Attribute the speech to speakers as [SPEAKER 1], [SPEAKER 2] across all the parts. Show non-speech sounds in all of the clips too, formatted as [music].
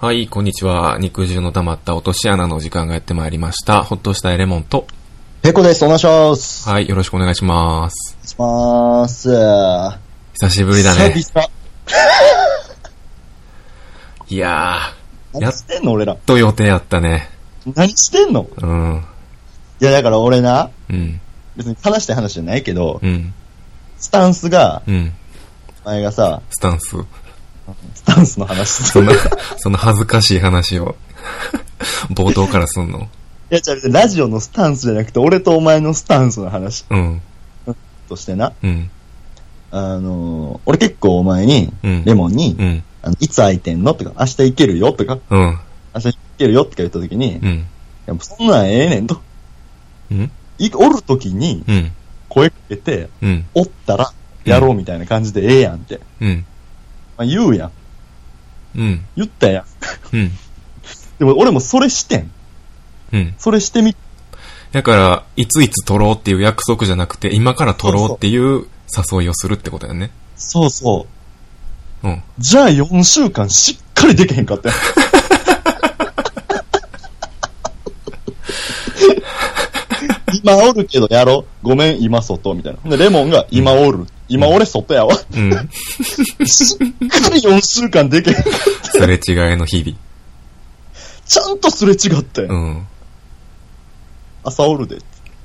[SPEAKER 1] はい、こんにちは。肉汁の溜まった落とし穴の時間がやってまいりました。ほっとしたエレモンと。
[SPEAKER 2] ペコです。お願いします。
[SPEAKER 1] はい、よろしくお願いします。
[SPEAKER 2] お願いします。
[SPEAKER 1] 久しぶりだね。久々。いや
[SPEAKER 2] ー。何してんの俺ら。
[SPEAKER 1] と予定やったね。
[SPEAKER 2] 何してんの
[SPEAKER 1] うん。
[SPEAKER 2] いや、だから俺な。
[SPEAKER 1] うん。
[SPEAKER 2] 別に話したい話じゃないけど。
[SPEAKER 1] うん。
[SPEAKER 2] スタンスが。
[SPEAKER 1] うん。
[SPEAKER 2] 前がさ。
[SPEAKER 1] スタンス。
[SPEAKER 2] スタンスの話
[SPEAKER 1] そんな、 [laughs] そんな恥ずかしい話を、 [laughs] 冒頭からすんのい
[SPEAKER 2] や、じゃあラジオのスタンスじゃなくて、俺とお前のスタンスの話。
[SPEAKER 1] うん。
[SPEAKER 2] としてな。
[SPEAKER 1] うん。
[SPEAKER 2] あのー、俺結構お前に、
[SPEAKER 1] うん、
[SPEAKER 2] レモンに、
[SPEAKER 1] うん、
[SPEAKER 2] あの、いつ空いてんのとか、明日行けるよとか、
[SPEAKER 1] うん、
[SPEAKER 2] 明日行けるよとか言った時に、
[SPEAKER 1] うん、
[SPEAKER 2] やそんなんええねんと。
[SPEAKER 1] うん、
[SPEAKER 2] いおる時に、
[SPEAKER 1] うん、
[SPEAKER 2] 声かけて、
[SPEAKER 1] うん、
[SPEAKER 2] おったら、やろうみたいな感じでええやんって。
[SPEAKER 1] うん。
[SPEAKER 2] まあ、言うやん。
[SPEAKER 1] うん。
[SPEAKER 2] 言ったや
[SPEAKER 1] ん。うん。
[SPEAKER 2] [laughs] でも俺もそれしてん。
[SPEAKER 1] うん。
[SPEAKER 2] それしてみ。
[SPEAKER 1] だから、いついつ取ろうっていう約束じゃなくて、今から取ろうっていう誘いをするってことやね。。
[SPEAKER 2] そうそう
[SPEAKER 1] うん。
[SPEAKER 2] じゃあ4週間しっかりできへんか [laughs] ったやん。今おるけどやろ。ごめん、今外、みたいな。で、レモンが、今おる。うん、今俺外やわ。
[SPEAKER 1] うん。
[SPEAKER 2] しっかり4週間でけ
[SPEAKER 1] すれ違いの日々。
[SPEAKER 2] ちゃんとすれ違ったよ。
[SPEAKER 1] うん。
[SPEAKER 2] 朝おるで。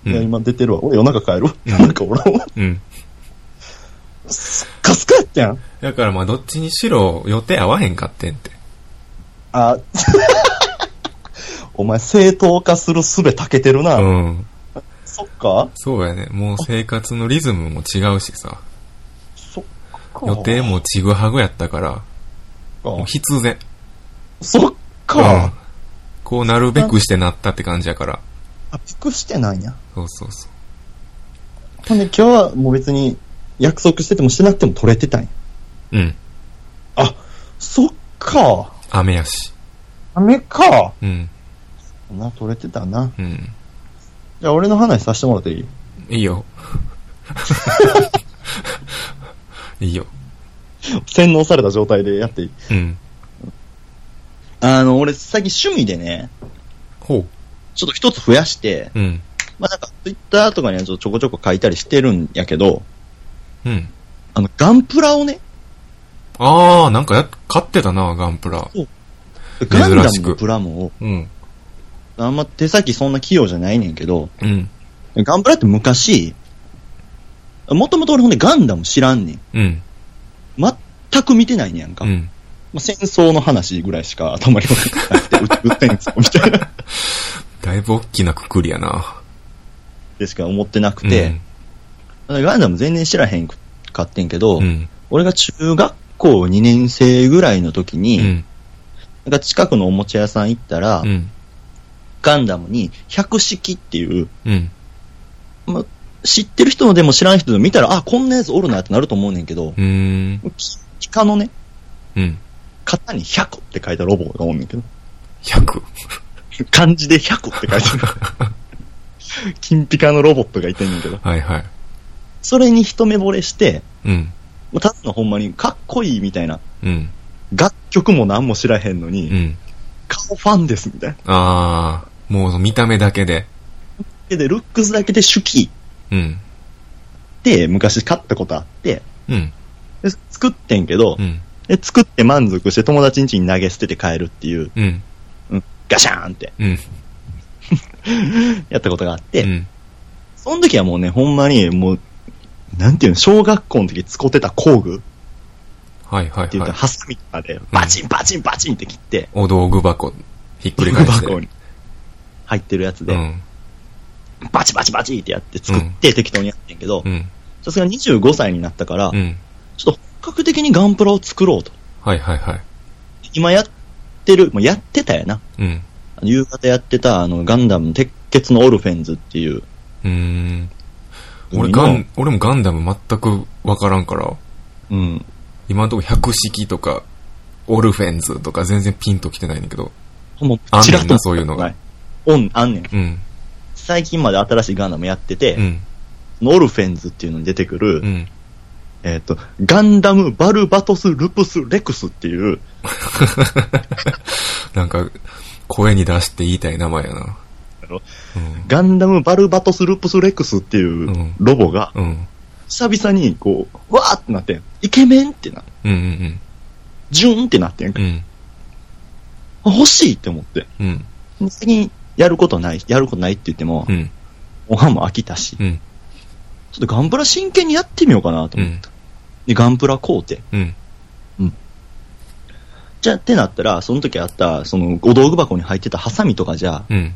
[SPEAKER 2] いや、今出てるわ。俺夜中帰るわ。うん、なんかおらんわ。
[SPEAKER 1] うん。
[SPEAKER 2] すっかすかやったやん。
[SPEAKER 1] だからまあ、どっちにしろ予定合わへんかってんって。
[SPEAKER 2] あ、 [laughs] お前正当化する術たけてるな。
[SPEAKER 1] うん。
[SPEAKER 2] そっか
[SPEAKER 1] そうやね。もう生活のリズムも違うしさ。
[SPEAKER 2] そっか。
[SPEAKER 1] 予定もちぐはぐやったから、もう必然。
[SPEAKER 2] そっか、うん、
[SPEAKER 1] こうなるべくしてなったって感じやから。
[SPEAKER 2] あ、びくしてないや。
[SPEAKER 1] そうそうそう。
[SPEAKER 2] ほんで今日はもう別に約束しててもしてなくても取れてたんや。
[SPEAKER 1] うん。
[SPEAKER 2] あ、そっか。
[SPEAKER 1] 雨やし。
[SPEAKER 2] 雨か。
[SPEAKER 1] うん。
[SPEAKER 2] な、取れてたな。
[SPEAKER 1] うん。
[SPEAKER 2] じゃあ俺の話させてもらっていい
[SPEAKER 1] いいよ。 [laughs] いいよ。
[SPEAKER 2] 洗脳された状態でやっていい
[SPEAKER 1] うん。
[SPEAKER 2] あの、俺最近趣味でね。
[SPEAKER 1] ほう。
[SPEAKER 2] ちょっと一つ増やして。
[SPEAKER 1] うん。
[SPEAKER 2] まあなんかツイッターとかにはちょっとちょこちょこ書いたりしてるんやけど。
[SPEAKER 1] うん。
[SPEAKER 2] あの、ガンプラをね。
[SPEAKER 1] ああ、なんかや、買ってたな、ガンプラ。
[SPEAKER 2] そうガンダムのプラモを。
[SPEAKER 1] うん。
[SPEAKER 2] あんま手先そんな器用じゃないねんけど、
[SPEAKER 1] うん。
[SPEAKER 2] ガンプラって昔、もともと俺ほんでガンダム知らんね
[SPEAKER 1] ん。うん。
[SPEAKER 2] 全く見てないねやんか。
[SPEAKER 1] うん。
[SPEAKER 2] まあ、戦争の話ぐらいしか頭になくて、撃ってんすみたいな。
[SPEAKER 1] だいぶ大きなくくりやな。
[SPEAKER 2] でしか思ってなくて、うん、ガンダム全然知らへんかってんけど、
[SPEAKER 1] うん、
[SPEAKER 2] 俺が中学校2年生ぐらいの時に、うん、なんか近くのおもちゃ屋さん行ったら、
[SPEAKER 1] うん
[SPEAKER 2] ガンダムに百式っていう、
[SPEAKER 1] うん、
[SPEAKER 2] まあ、知ってる人のでも知らん人でも見たら、あ、こんなやつおるなってなると思うねんけど、
[SPEAKER 1] うん
[SPEAKER 2] 機械のね、
[SPEAKER 1] うん、
[SPEAKER 2] 型に100って書いたロボがおんねんけど。
[SPEAKER 1] 100?
[SPEAKER 2] 漢字で100って書いてある。
[SPEAKER 1] [laughs]
[SPEAKER 2] 金ピカのロボットがいてんねんけど。
[SPEAKER 1] はいはい。
[SPEAKER 2] それに一目惚れして、
[SPEAKER 1] うん。
[SPEAKER 2] もうただのほんまにかっこいいみたいな。
[SPEAKER 1] うん。
[SPEAKER 2] 楽曲も何も知らへんのに、
[SPEAKER 1] うん。
[SPEAKER 2] 顔ファンですみたいな。
[SPEAKER 1] ああ。もう見た目だけで。
[SPEAKER 2] で、ルックスだけで手記。
[SPEAKER 1] うん。
[SPEAKER 2] で、昔買ったことあって。
[SPEAKER 1] うん。
[SPEAKER 2] で、作ってんけど、
[SPEAKER 1] うん。
[SPEAKER 2] で、作って満足して友達ん家に投げ捨てて帰るっていう。
[SPEAKER 1] うん。
[SPEAKER 2] うん。ガシャーンって。
[SPEAKER 1] うん。
[SPEAKER 2] やったことがあって。
[SPEAKER 1] うん。
[SPEAKER 2] その時はもうね、ほんまに、もう、なんていうの、小学校の時使ってた工具。
[SPEAKER 1] はいはいはい。っていう
[SPEAKER 2] か、ハサミとかで、バチンバチンバチンって切って。
[SPEAKER 1] お道具箱、ひっくり返して。
[SPEAKER 2] 箱に。入ってるやつで、
[SPEAKER 1] うん、
[SPEAKER 2] バチバチバチってやって作って適当にやってんけど、さすが25歳になったから、
[SPEAKER 1] うん、
[SPEAKER 2] ちょっと本格的にガンプラを作ろうと。
[SPEAKER 1] はいはいはい。
[SPEAKER 2] 今やってる、もうやってたやな。
[SPEAKER 1] うん、
[SPEAKER 2] 夕方やってたあのガンダムの鉄血のオルフェンズっていう。
[SPEAKER 1] うん。俺ガン、俺もガンダム全くわからんから、
[SPEAKER 2] うん。
[SPEAKER 1] 今のところ百式とか、オルフェンズとか全然ピンときてないんだけど。
[SPEAKER 2] もう、
[SPEAKER 1] あんねんな、そういうのが。
[SPEAKER 2] オン、あんね
[SPEAKER 1] ん。うん、
[SPEAKER 2] 最近まで新しいガンダムやってて、
[SPEAKER 1] うん、
[SPEAKER 2] オルフェンズっていうのに出てくる、
[SPEAKER 1] うん、
[SPEAKER 2] えっ、と、ガンダム、バルバトス、ルプス、レクスっていう、
[SPEAKER 1] なんか、声に出して言いたい名前やな。
[SPEAKER 2] あの
[SPEAKER 1] うん。
[SPEAKER 2] ガンダム、バルバトス、ルプス、レクスっていううんロボが、
[SPEAKER 1] うん。
[SPEAKER 2] 久々にこう、わーってなってん。イケメンってな、
[SPEAKER 1] うんうん
[SPEAKER 2] ジュンってなってん
[SPEAKER 1] う。ん。
[SPEAKER 2] 欲しいって思って。
[SPEAKER 1] うん。うん。
[SPEAKER 2] 次、やることない、やることないって言っても
[SPEAKER 1] う、ん。
[SPEAKER 2] ご飯も飽きたし、ちょ
[SPEAKER 1] うん。
[SPEAKER 2] っとガンプラ真剣にやってみようかなと
[SPEAKER 1] う
[SPEAKER 2] 思って。
[SPEAKER 1] ん。
[SPEAKER 2] で、ガンプラ買うて。
[SPEAKER 1] うん。
[SPEAKER 2] じゃあってなったら、その時あった、その、お道具箱に入ってたハサミとかじゃ、
[SPEAKER 1] うん。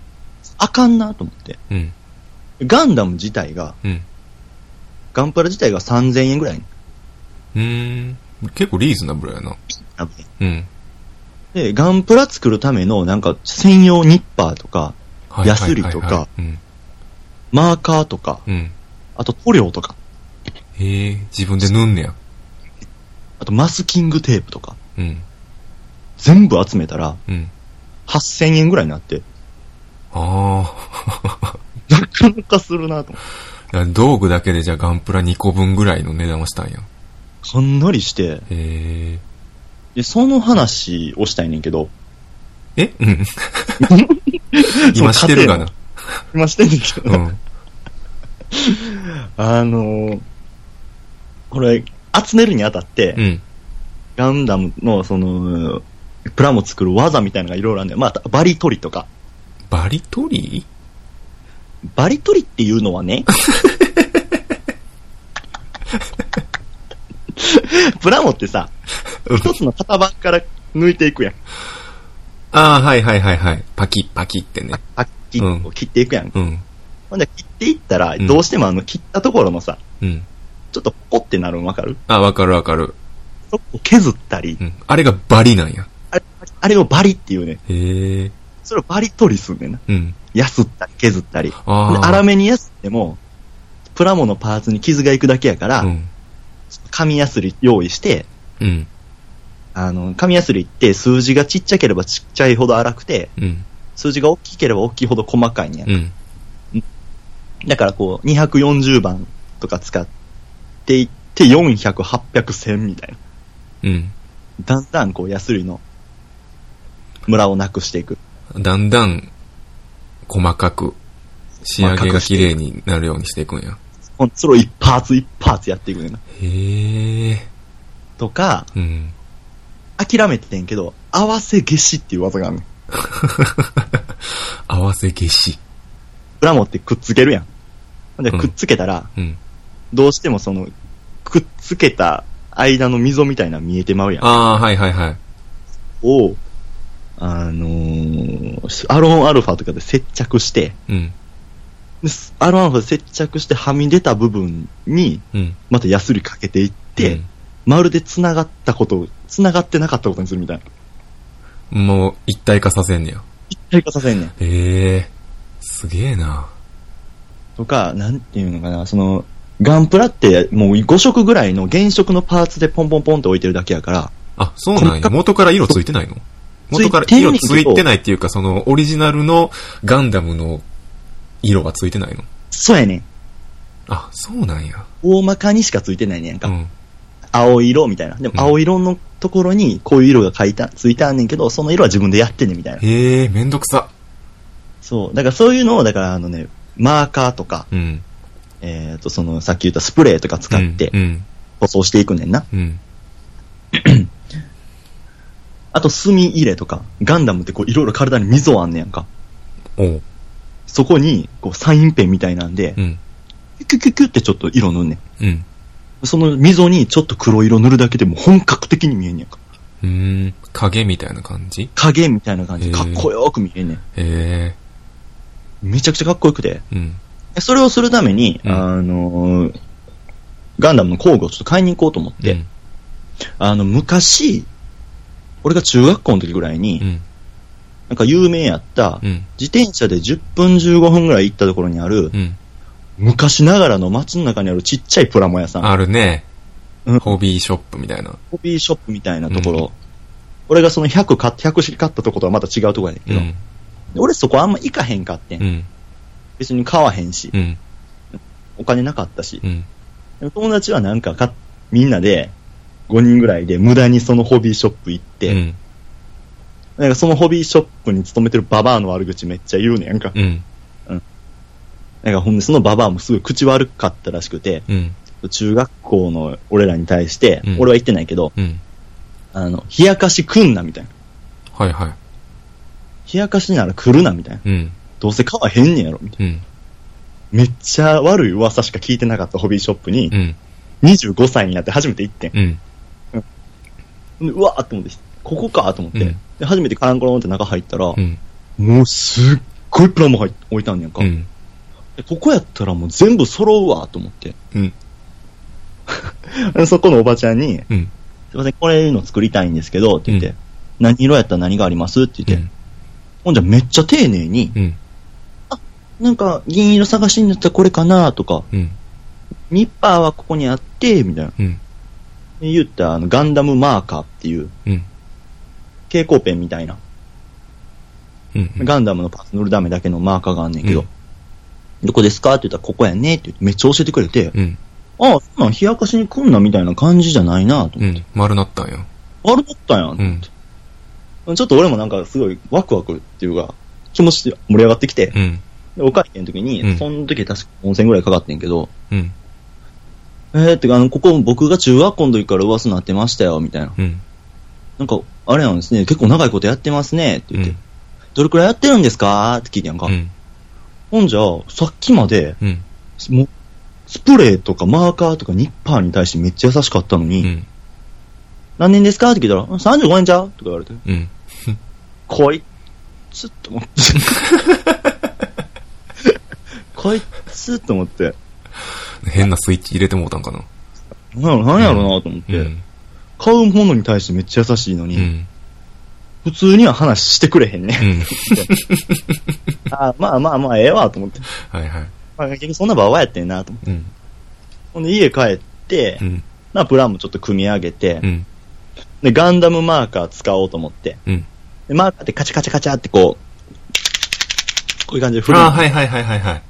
[SPEAKER 2] あかんなと思って。
[SPEAKER 1] うん。
[SPEAKER 2] ガンダム自体が、
[SPEAKER 1] うん。
[SPEAKER 2] ガンプラ自体が3000円ぐらいの
[SPEAKER 1] うん。結構リーズナブルやな。
[SPEAKER 2] 多分
[SPEAKER 1] うん。
[SPEAKER 2] で、ガンプラ作るための、なんか、専用ニッパーとか、
[SPEAKER 1] はい
[SPEAKER 2] ヤスリとか。
[SPEAKER 1] はいはいはいうん。
[SPEAKER 2] マーカーとか、
[SPEAKER 1] うん。
[SPEAKER 2] あと塗料とか、
[SPEAKER 1] へえ、自分で縫んねや。
[SPEAKER 2] あとマスキングテープとか、
[SPEAKER 1] うん。
[SPEAKER 2] 全部集めたら、
[SPEAKER 1] うん。
[SPEAKER 2] 8000円ぐらいになって、
[SPEAKER 1] あ
[SPEAKER 2] なかなかするなと思って。
[SPEAKER 1] あ。道具だけでじゃあガンプラ2個分ぐらいの値段をしたんや。
[SPEAKER 2] かなりして、
[SPEAKER 1] へ
[SPEAKER 2] で、その話をしたいねんけど、
[SPEAKER 1] え。えうん。今してるかな。
[SPEAKER 2] 今してんねんけ
[SPEAKER 1] う
[SPEAKER 2] ど、
[SPEAKER 1] ん。
[SPEAKER 2] [laughs] あのーこれ、集めるにあたって、
[SPEAKER 1] うん。
[SPEAKER 2] ガンダムの、その、プラモ作る技みたいなのがいろいろあるんだよ。まあ、バリ取りとか。
[SPEAKER 1] バリトリ
[SPEAKER 2] バリ取りっていうの
[SPEAKER 1] [laughs]
[SPEAKER 2] はね、プラモってさ、
[SPEAKER 1] うん
[SPEAKER 2] 一つの型番から抜いていくやん。
[SPEAKER 1] [laughs] ああ、はいはいはいはい。パキッパキってね。
[SPEAKER 2] あ切っ
[SPEAKER 1] うん
[SPEAKER 2] 切っていくやん。
[SPEAKER 1] うん。
[SPEAKER 2] ほんで切っていったら、
[SPEAKER 1] うん
[SPEAKER 2] どうしてもあの切ったところのさ、
[SPEAKER 1] うん。
[SPEAKER 2] ちょっとポコってなるのわかる
[SPEAKER 1] あ、わかるわかる。
[SPEAKER 2] そこを削ったり、
[SPEAKER 1] うん。あれがバリなんや。
[SPEAKER 2] あれあれをバリっていうね、
[SPEAKER 1] へえ。
[SPEAKER 2] それをバリ取りすんねんな。
[SPEAKER 1] うん。
[SPEAKER 2] やすったり削ったり。
[SPEAKER 1] あ
[SPEAKER 2] で
[SPEAKER 1] あ。
[SPEAKER 2] 粗めにやすっても、プラモのパーツに傷がいくだけやから、
[SPEAKER 1] うん。
[SPEAKER 2] 紙やすり用意して、
[SPEAKER 1] うん。
[SPEAKER 2] あの、紙やすりって数字がちっちゃければちっちゃいほど荒くて、
[SPEAKER 1] うん。
[SPEAKER 2] 数字が大きければ大きいほど細かいんや。
[SPEAKER 1] うん。
[SPEAKER 2] だからこう、240番とか使っていって、400、800、1000みたいな。
[SPEAKER 1] うん。
[SPEAKER 2] だんだんこう、ヤスリの村をなくしていく。
[SPEAKER 1] だんだん、細かく、仕上げが綺麗になるようにしていくんや。
[SPEAKER 2] ほんそれを一発一発やっていくねんな。
[SPEAKER 1] へえ。
[SPEAKER 2] とか、
[SPEAKER 1] うん。 [laughs]
[SPEAKER 2] 諦めてんけど、合わせ消しっていう技があるねん。
[SPEAKER 1] 合わせ消し。
[SPEAKER 2] プラモってくっつけるやん。ほんで、
[SPEAKER 1] うん
[SPEAKER 2] くっつけたら、
[SPEAKER 1] うん。
[SPEAKER 2] どうしてもその、くっつけた間の溝みたいなの見えてまうやん。
[SPEAKER 1] ああ、はいはいはい。
[SPEAKER 2] を、あのーアロンアルファとかで接着して、
[SPEAKER 1] うん。
[SPEAKER 2] ですアロンアルファで接着してはみ出た部分に、
[SPEAKER 1] うん。
[SPEAKER 2] またヤスリかけていって、まるで繋がったことを、繋がってなかったことにするみたいな。
[SPEAKER 1] うん、もう、一体化させんねや。
[SPEAKER 2] 一体化させんねん。
[SPEAKER 1] へえ。すげえな。
[SPEAKER 2] とか、なんていうのかな、その、ガンプラってもう5色ぐらいの原色のパーツでポンポンポンって置いてるだけやから、
[SPEAKER 1] あ、そうなん
[SPEAKER 2] 細か
[SPEAKER 1] や。
[SPEAKER 2] く
[SPEAKER 1] 元から色ついてないの元から
[SPEAKER 2] ついてん
[SPEAKER 1] 色
[SPEAKER 2] ねん
[SPEAKER 1] つ
[SPEAKER 2] けど
[SPEAKER 1] いてないっていうか、その、オリジナルのガンダムの色はついてないの
[SPEAKER 2] そうやねん。
[SPEAKER 1] あ、そうなんや。
[SPEAKER 2] 大まかにしかついてないねんやん
[SPEAKER 1] う
[SPEAKER 2] か。
[SPEAKER 1] ん。
[SPEAKER 2] 青色みたいな。でも
[SPEAKER 1] うん
[SPEAKER 2] 青色のところにこういう色が書いた、ついてあんねんけど、その色は自分でやってねみたいな。
[SPEAKER 1] へえ、めんどくさ。
[SPEAKER 2] そう。だからそういうのを、だからあのね、マーカーとか、
[SPEAKER 1] うん。
[SPEAKER 2] えっ、と、その、さっき言ったスプレーとか使って
[SPEAKER 1] う、ん。
[SPEAKER 2] 塗装していくねんな。
[SPEAKER 1] うん。うん
[SPEAKER 2] あと、墨入れとか、ガンダムってこう、いろいろ体に溝あんねやんか。
[SPEAKER 1] おう。
[SPEAKER 2] そこに、こう、サインペンみたいなんで
[SPEAKER 1] う、ん。
[SPEAKER 2] キュキュキュってちょっと色塗んね
[SPEAKER 1] うん。
[SPEAKER 2] ん。その溝にちょっと黒色塗るだけでも本格的に見えんねやんか。
[SPEAKER 1] うーん。影みたいな感じ
[SPEAKER 2] 影みたいな感じで、
[SPEAKER 1] へ
[SPEAKER 2] かっ
[SPEAKER 1] ー
[SPEAKER 2] こよく見えんねん。
[SPEAKER 1] へ
[SPEAKER 2] めちゃくちゃかっこよくて。
[SPEAKER 1] え。うん。
[SPEAKER 2] それをするために、
[SPEAKER 1] うん
[SPEAKER 2] あのーガンダムの工具をちょっと買いに行こうと思って、
[SPEAKER 1] うん、
[SPEAKER 2] あの、昔、俺が中学校の時ぐらいに、
[SPEAKER 1] うん。
[SPEAKER 2] なんか有名やった、
[SPEAKER 1] うん。
[SPEAKER 2] 自転車で10分15分ぐらい行ったところにある、
[SPEAKER 1] うん。
[SPEAKER 2] 昔ながらの街の中にあるちっちゃいプラモ屋さん、
[SPEAKER 1] あるね。
[SPEAKER 2] うん
[SPEAKER 1] ホビーショップみたいな。
[SPEAKER 2] ホビーショップみたいなところ、
[SPEAKER 1] うん
[SPEAKER 2] 俺がその100買っ100式買ったとことはまた違うところやねんけ
[SPEAKER 1] う
[SPEAKER 2] ど、
[SPEAKER 1] ん。
[SPEAKER 2] 俺そこあんま行かへんかってん。
[SPEAKER 1] うん。
[SPEAKER 2] 別に買わへんし、
[SPEAKER 1] うん。
[SPEAKER 2] お金なかったし、
[SPEAKER 1] うん。
[SPEAKER 2] 友達はなんか買っみんなで、5人ぐらいで無駄にそのホビーショップ行って、
[SPEAKER 1] うん。
[SPEAKER 2] なんかそのホビーショップに勤めてるババアの悪口めっちゃ言うねんか。
[SPEAKER 1] うん。
[SPEAKER 2] なんかほんでそのババアもすごい口悪かったらしくて、
[SPEAKER 1] うん。
[SPEAKER 2] 中学校の俺らに対して、
[SPEAKER 1] うん
[SPEAKER 2] 俺は言ってないけど、
[SPEAKER 1] うん。
[SPEAKER 2] あの、冷やかし来んなみたいな。
[SPEAKER 1] はいは
[SPEAKER 2] 冷やかしなら来るなみたいな。
[SPEAKER 1] い。うん。
[SPEAKER 2] どうせ買わへんねんやろみたい
[SPEAKER 1] うん。
[SPEAKER 2] な。めっちゃ悪い噂しか聞いてなかったホビーショップに
[SPEAKER 1] う、ん。
[SPEAKER 2] 25歳になって初めて行ってん。
[SPEAKER 1] うん。
[SPEAKER 2] ほんでうわーって思って、ここかと思って、
[SPEAKER 1] うん
[SPEAKER 2] で初めてカランコロンって中入ったら、
[SPEAKER 1] うん。
[SPEAKER 2] もうすっごいプラモ入っ置いたんねやんか。
[SPEAKER 1] うん。
[SPEAKER 2] でここやったらもう全部揃うわと思って。
[SPEAKER 1] うん。
[SPEAKER 2] [laughs] そこのおばちゃんに、す
[SPEAKER 1] うん。
[SPEAKER 2] いません、これいうの作りたいんですけど、って言って、
[SPEAKER 1] うん
[SPEAKER 2] 何色やったら何がありますって言って、ほんじゃめっちゃ丁寧に、
[SPEAKER 1] うん。
[SPEAKER 2] なんか銀色探しになったらこれかなとか、
[SPEAKER 1] うん。
[SPEAKER 2] ニッパーはここにあって、みたいな。
[SPEAKER 1] うん。
[SPEAKER 2] 言ったあのガンダムマーカーっていう
[SPEAKER 1] うん。
[SPEAKER 2] 蛍光ペンみたいな、
[SPEAKER 1] うん。
[SPEAKER 2] ガンダムのパーツ塗るためだけのマーカーがあんねんけど、
[SPEAKER 1] うん
[SPEAKER 2] どこですかって言ったらここやねって言ってめっちゃ教えてくれて、
[SPEAKER 1] うん。
[SPEAKER 2] ああ、そんなん冷やかしに来んなみたいな感じじゃないなと
[SPEAKER 1] う
[SPEAKER 2] 思って。
[SPEAKER 1] ん。丸なったんや。
[SPEAKER 2] あれだったやんと思って、ちょっと俺もなんかすごいワクワクっていうか、気持ちで盛り上がってきて、
[SPEAKER 1] うん。
[SPEAKER 2] でお会計の時に、
[SPEAKER 1] うん
[SPEAKER 2] その時確か温泉ぐらいかかってんけど、
[SPEAKER 1] うん。
[SPEAKER 2] えー、ってか、あの、ここ僕が中学校の時から噂になってましたよ、みたいな。
[SPEAKER 1] うん。
[SPEAKER 2] なんか、あれなんですね、結構長いことやってますね、って
[SPEAKER 1] う
[SPEAKER 2] 言って、
[SPEAKER 1] ん。
[SPEAKER 2] どれくらいやってるんですかって聞いてんか。
[SPEAKER 1] うん。
[SPEAKER 2] ほんじゃ、さっきまで、
[SPEAKER 1] うん。
[SPEAKER 2] もう、スプレーとかマーカーとかニッパーに対してめっちゃ優しかったのに、
[SPEAKER 1] うん。
[SPEAKER 2] 何年ですかって聞いたら、35円ちゃうとか言われて、
[SPEAKER 1] うん。
[SPEAKER 2] こいつ
[SPEAKER 1] [laughs]
[SPEAKER 2] と思って。こいつと思って、
[SPEAKER 1] 変なスイッチ入れてもうたんかな。
[SPEAKER 2] なんやろ、なんやろなと思っ
[SPEAKER 1] う
[SPEAKER 2] て、
[SPEAKER 1] ん。
[SPEAKER 2] 買うものに対してめっちゃ優しいの
[SPEAKER 1] う
[SPEAKER 2] に、
[SPEAKER 1] ん。
[SPEAKER 2] 普通には話してくれへん
[SPEAKER 1] う
[SPEAKER 2] ね。
[SPEAKER 1] ん。
[SPEAKER 2] [laughs] あまあまあまあ、ええわと思って。
[SPEAKER 1] はいはい。
[SPEAKER 2] まあ、結局そんな場はやってんなと思って。
[SPEAKER 1] うん。
[SPEAKER 2] ほんで家帰って、
[SPEAKER 1] うん。
[SPEAKER 2] まあプランもちょっと組み上げて、
[SPEAKER 1] うん。
[SPEAKER 2] で、ガンダムマーカー使おうと思って、
[SPEAKER 1] うん。
[SPEAKER 2] でマーカーってカチャカチャカチャってこう、こういう感じで振る。
[SPEAKER 1] ああ、はいはいはいはいはい。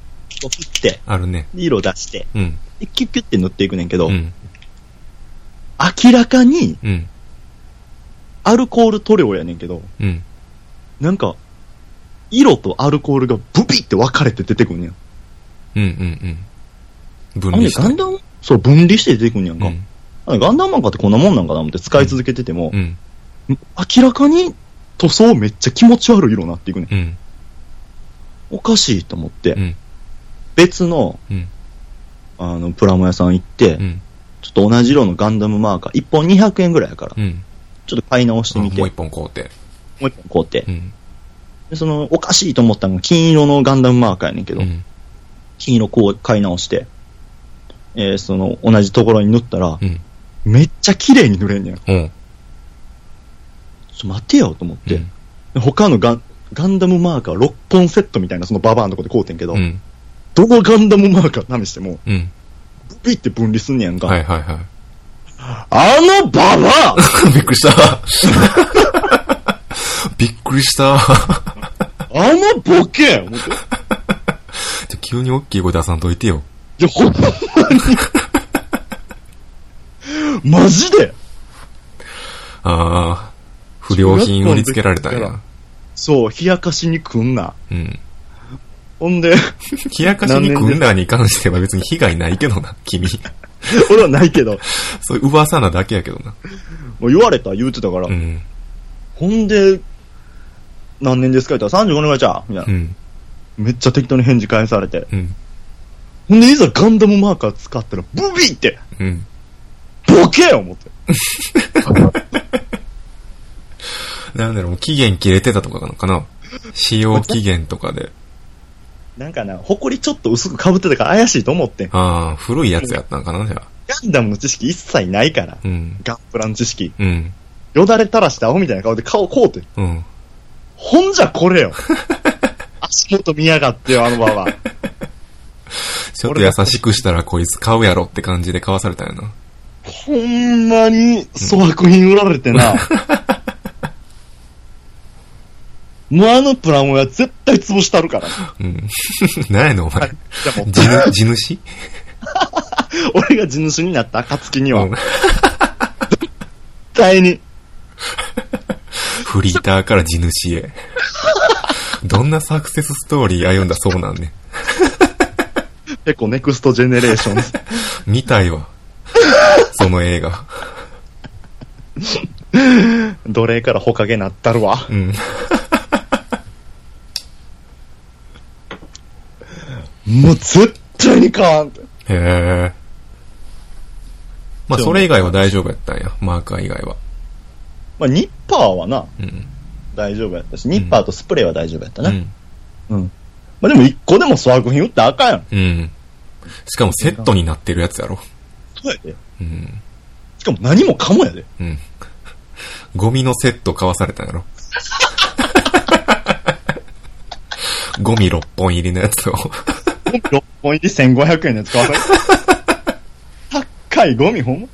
[SPEAKER 2] こう振って、
[SPEAKER 1] あるね。
[SPEAKER 2] で色出して、
[SPEAKER 1] うん。
[SPEAKER 2] でキュッキュッって塗っていくねんけど、
[SPEAKER 1] うん。
[SPEAKER 2] 明らかに
[SPEAKER 1] うん。
[SPEAKER 2] アルコール塗料やねんけど、
[SPEAKER 1] うん。
[SPEAKER 2] なんか、色とアルコールがブピって分かれて出てくんねん。
[SPEAKER 1] うん。うん。うん。分
[SPEAKER 2] なん
[SPEAKER 1] 離
[SPEAKER 2] で
[SPEAKER 1] した。
[SPEAKER 2] ガンダムそう、分離して出てくんねやん
[SPEAKER 1] う
[SPEAKER 2] か。
[SPEAKER 1] ん。
[SPEAKER 2] あガンダムマンカーってこんなもんなんかな思って使い続けてても
[SPEAKER 1] う、ん。
[SPEAKER 2] 明らかに塗装めっちゃ気持ち悪い色になっていくね。
[SPEAKER 1] うん。
[SPEAKER 2] おかしいと思って、
[SPEAKER 1] うん。
[SPEAKER 2] 別の、
[SPEAKER 1] うん。
[SPEAKER 2] あの、プラモ屋さん行って、
[SPEAKER 1] うん。
[SPEAKER 2] ちょっと同じ色のガンダムマーカー、1本200円ぐらいやから、
[SPEAKER 1] うん。
[SPEAKER 2] ちょっと買い直して
[SPEAKER 1] もう
[SPEAKER 2] みて、もう
[SPEAKER 1] 一本買うて。
[SPEAKER 2] 1本買うて
[SPEAKER 1] う、ん。
[SPEAKER 2] でその、おかしいと思ったのが金色のガンダムマーカーやねんけど、
[SPEAKER 1] うん。
[SPEAKER 2] 金色こう買い直して、えーその、同じところに塗ったら、
[SPEAKER 1] うん。
[SPEAKER 2] めっちゃ綺麗に塗れんねん。ちょ
[SPEAKER 1] おう。
[SPEAKER 2] っと待てよと思って、で他のガン、ガンダムマーカー6本セットみたいな、そのババアのとこで買うてんけど、
[SPEAKER 1] うん。
[SPEAKER 2] どのガンダムマーカー試しても、
[SPEAKER 1] うん。
[SPEAKER 2] ブピって分離すんねやんか。
[SPEAKER 1] はいはいは
[SPEAKER 2] あのババ
[SPEAKER 1] い。びっくりした。 [laughs] びっくりした。
[SPEAKER 2] アあのボケ思って
[SPEAKER 1] じゃ急に大きい声出さんといてよ。
[SPEAKER 2] いや、ほんまに。 [laughs] マジで
[SPEAKER 1] ああ。不良品売りつけられたんや。
[SPEAKER 2] そう、冷やかしに来んな。
[SPEAKER 1] うん。
[SPEAKER 2] ほんで、 [laughs]
[SPEAKER 1] 冷やかしに食うなに関しては別に被害ないけどな、君。
[SPEAKER 2] 俺はないけど、
[SPEAKER 1] そういう噂なだけやけどな。
[SPEAKER 2] もう言われた言うてたから、
[SPEAKER 1] うん。
[SPEAKER 2] ほんで、何年ですか言ったら35年ぐらいじゃうみたいうな、
[SPEAKER 1] ん。
[SPEAKER 2] めっちゃ適当に返事返されて。
[SPEAKER 1] うん。
[SPEAKER 2] ほんで、いざガンダムマーカー使ったら、ブビーって、
[SPEAKER 1] うん。
[SPEAKER 2] ボケよ思って。
[SPEAKER 1] なんだろう、もう期限切れてたとかなのかな使用期限とかで。
[SPEAKER 2] なんかな、埃ちょっと薄く被ってたから怪しいと思ってん。
[SPEAKER 1] ああ、古いやつやったんかな、じゃあ。
[SPEAKER 2] ガンダムの知識一切ないから。
[SPEAKER 1] うん。
[SPEAKER 2] ガンプラの知識。
[SPEAKER 1] うん。
[SPEAKER 2] よだれ垂らしてアホみたいな顔で顔こうて。
[SPEAKER 1] うん。
[SPEAKER 2] ほんじゃこれ [laughs] よ。足元見やがってよ、あのババア。
[SPEAKER 1] ちょっと優しくしたらこいつ買うやろって感じで買わされたんやな。 [laughs]
[SPEAKER 2] ほんまに粗悪品売られて [laughs] な。もうあのプラモは絶対潰したるから。 [laughs]
[SPEAKER 1] うん。何やねん、お前。
[SPEAKER 2] じゃあもう
[SPEAKER 1] 地主地主
[SPEAKER 2] 俺が地主になった暁には、
[SPEAKER 1] うん
[SPEAKER 2] 絶対に。
[SPEAKER 1] フリーターから地主へ。どんなサクセスストーリー歩んだそうなんね。
[SPEAKER 2] 結構ネクストジェネレーション。
[SPEAKER 1] 見たいわ。その映画。
[SPEAKER 2] 奴隷からほかげなったるわ。
[SPEAKER 1] うん。
[SPEAKER 2] [laughs] もう絶対に変わんって。
[SPEAKER 1] へえ。まあ、それ以外は大丈夫やったんや。マーカー以外は。
[SPEAKER 2] まあ、ニッパーはな、
[SPEAKER 1] うん。
[SPEAKER 2] 大丈夫やったし、ニッパーとスプレーは大丈夫やった
[SPEAKER 1] う
[SPEAKER 2] な。
[SPEAKER 1] ん。
[SPEAKER 2] うん。まあ、でも一個でも粗悪品打ったらあかんやん。
[SPEAKER 1] うん。しかもセットになってるやつやろ。
[SPEAKER 2] そうやで。
[SPEAKER 1] うん。
[SPEAKER 2] しかも何もかもやで。
[SPEAKER 1] うん。ゴミのセット買わされたんやろ。ゴミ6本入りのやつを。
[SPEAKER 2] 6本入り1500円のやつ買わされる高いゴミほんま。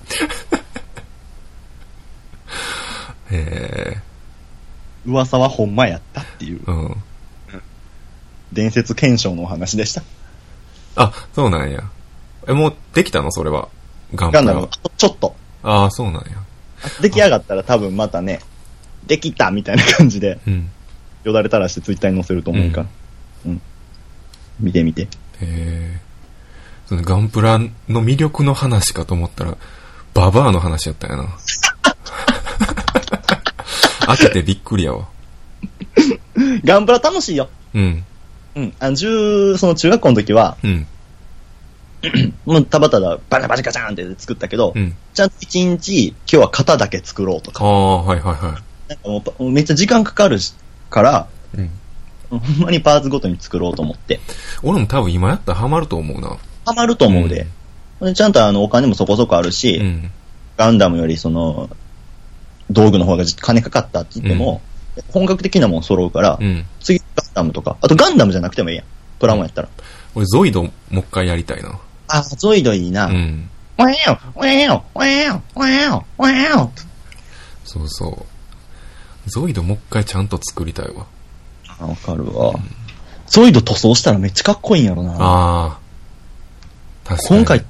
[SPEAKER 1] へ
[SPEAKER 2] 噂はほんまやったっていう
[SPEAKER 1] え。うん。
[SPEAKER 2] 伝説検証のお話でした。
[SPEAKER 1] あ、そうなんや。え、もうできたのそれは。ガンプ
[SPEAKER 2] ガ
[SPEAKER 1] ラ
[SPEAKER 2] ンダム
[SPEAKER 1] は
[SPEAKER 2] が。あとちょっと。
[SPEAKER 1] ああ、そうなんや。
[SPEAKER 2] 出来上がったら多分またね、できたみたいな感じで、
[SPEAKER 1] うん。
[SPEAKER 2] よだれ垂らしてツイッターに載せると思うから。うん。見て見て。
[SPEAKER 1] へえ。そのガンプラの魅力の話かと思ったら、ババアの話やったん
[SPEAKER 2] [laughs]
[SPEAKER 1] やな。開けてびっくりやわ。
[SPEAKER 2] ガンプラ楽しいよ。
[SPEAKER 1] うん。
[SPEAKER 2] うん。あの、中、その中学校の時は、
[SPEAKER 1] うん。
[SPEAKER 2] もうたばただバタバタガチャンって作ったけど、
[SPEAKER 1] うん。
[SPEAKER 2] ちゃんと一日、今日は型だけ作ろうと
[SPEAKER 1] あ
[SPEAKER 2] か。
[SPEAKER 1] あ、はいはいは
[SPEAKER 2] なんかもうパめっちゃ時間かかるしから、
[SPEAKER 1] い。うん。
[SPEAKER 2] ほんまにパーツごとに作ろうと思って。
[SPEAKER 1] 俺も多分今やったらハマると思うな。
[SPEAKER 2] ハマると思うで。でちゃんとあの、お金もそこそこあるし、
[SPEAKER 1] うん。
[SPEAKER 2] ガンダムよりその、道具の方が金かかったって言っても、本格的なもん揃うから、
[SPEAKER 1] うん。
[SPEAKER 2] 次ガンダムとか、あとガンダムじゃなくてもいいやん。プラモンやったら。
[SPEAKER 1] 俺ゾイドもう一回やりたいな。
[SPEAKER 2] あ、ゾイドいいな。
[SPEAKER 1] うん。
[SPEAKER 2] おえよおえよおえよおえよおえよ
[SPEAKER 1] そうそう。ゾイドもう一回ちゃんと作りたいわ。
[SPEAKER 2] あわかるわ。ゾイド塗装したらめっちゃかっこいいんやろな。
[SPEAKER 1] ああ。確かに。
[SPEAKER 2] 今回、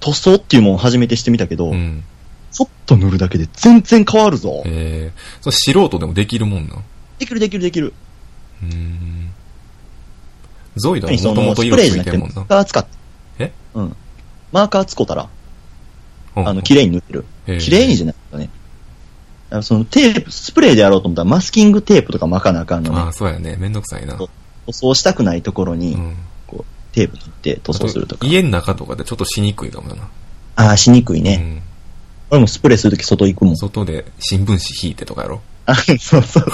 [SPEAKER 2] 塗装っていうもん初めてしてみたけど、
[SPEAKER 1] うん。
[SPEAKER 2] ちょっと塗るだけで全然変わるぞ。
[SPEAKER 1] ええそれ素人でもできるもんな。
[SPEAKER 2] できるできるできる。
[SPEAKER 1] うーん。ゾイドはも
[SPEAKER 2] そ
[SPEAKER 1] とも
[SPEAKER 2] の
[SPEAKER 1] と
[SPEAKER 2] スプ
[SPEAKER 1] 色
[SPEAKER 2] レー
[SPEAKER 1] つ
[SPEAKER 2] じゃ
[SPEAKER 1] い
[SPEAKER 2] な
[SPEAKER 1] て
[SPEAKER 2] く
[SPEAKER 1] るも
[SPEAKER 2] てマ
[SPEAKER 1] んな
[SPEAKER 2] ー。カー使って。
[SPEAKER 1] え
[SPEAKER 2] うん。マーカー使うたら、
[SPEAKER 1] うん
[SPEAKER 2] あの、綺麗に塗ってる。
[SPEAKER 1] ええ
[SPEAKER 2] 綺麗にじゃないとね。あのそのテープ、スプレーでやろうと思ったらマスキングテープとか巻かなあかんの
[SPEAKER 1] あ
[SPEAKER 2] ね
[SPEAKER 1] あ、。そうやね。めんどくさいな。
[SPEAKER 2] そう塗装したくないところ
[SPEAKER 1] う
[SPEAKER 2] に
[SPEAKER 1] ん。
[SPEAKER 2] テープ塗って塗装すると
[SPEAKER 1] あ
[SPEAKER 2] か。
[SPEAKER 1] 家の中とかでちょっとしにくいかもな。
[SPEAKER 2] ああ、しにくいうね。
[SPEAKER 1] ん。
[SPEAKER 2] 俺もスプレーするとき外行くもん。
[SPEAKER 1] 外で新聞紙引いてとかやろ。
[SPEAKER 2] あそう [laughs] そうそう。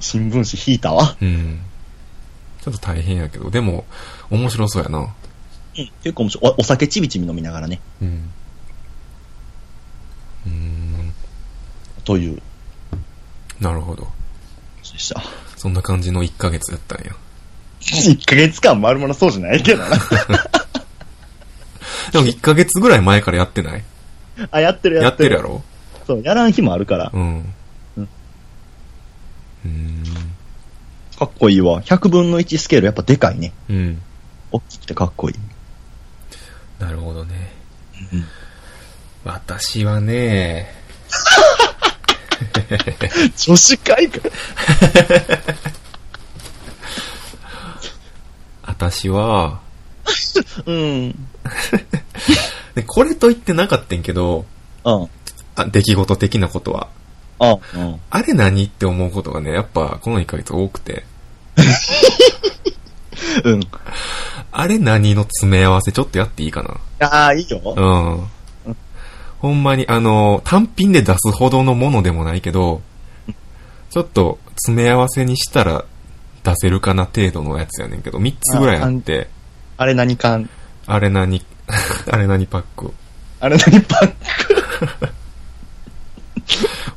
[SPEAKER 2] 新聞紙引いたわ。
[SPEAKER 1] うん。ちょっと大変やけど、でも、面白そうやな。
[SPEAKER 2] 結構面白い。おお酒ちびちび飲みながらね。
[SPEAKER 1] うん。うーん。
[SPEAKER 2] という
[SPEAKER 1] なるほど。
[SPEAKER 2] 話でした。
[SPEAKER 1] そんな感じの1ヶ月やったんや。
[SPEAKER 2] 1ヶ月間丸々そうじゃないけど [laughs] な。
[SPEAKER 1] でも1ヶ月ぐらい前からやってない
[SPEAKER 2] あ、やってる
[SPEAKER 1] や
[SPEAKER 2] や
[SPEAKER 1] っ
[SPEAKER 2] ってて
[SPEAKER 1] る
[SPEAKER 2] る。
[SPEAKER 1] やろ
[SPEAKER 2] そう、やらん日もあるから。
[SPEAKER 1] うん。
[SPEAKER 2] う
[SPEAKER 1] うんーん。
[SPEAKER 2] かっこいいわ。100分の1スケールやっぱでかいね。
[SPEAKER 1] うん。
[SPEAKER 2] 大きくてかっこいい。
[SPEAKER 1] なるほどね。
[SPEAKER 2] うん
[SPEAKER 1] 私はね、
[SPEAKER 2] 女子会か。
[SPEAKER 1] 私は、
[SPEAKER 2] うん。
[SPEAKER 1] でこれと言ってなかったんけど、
[SPEAKER 2] うん。
[SPEAKER 1] あ出来事的なことは。
[SPEAKER 2] あ、うん。
[SPEAKER 1] あれ何って思うことがね、やっぱこの1ヶ月多くて。
[SPEAKER 2] うん。
[SPEAKER 1] あれ何の詰め合わせちょっとやっていいかな
[SPEAKER 2] ああ、いいよ。うん。
[SPEAKER 1] うん。ほんまに、あの、単品で出すほどのものでもないけど、ちょっと詰め合わせにしたら出せるかな程度のやつやねんけど、3つぐらいあって、
[SPEAKER 2] あれ何缶
[SPEAKER 1] あれ何、 [laughs] あれ何パック、
[SPEAKER 2] あれ何パン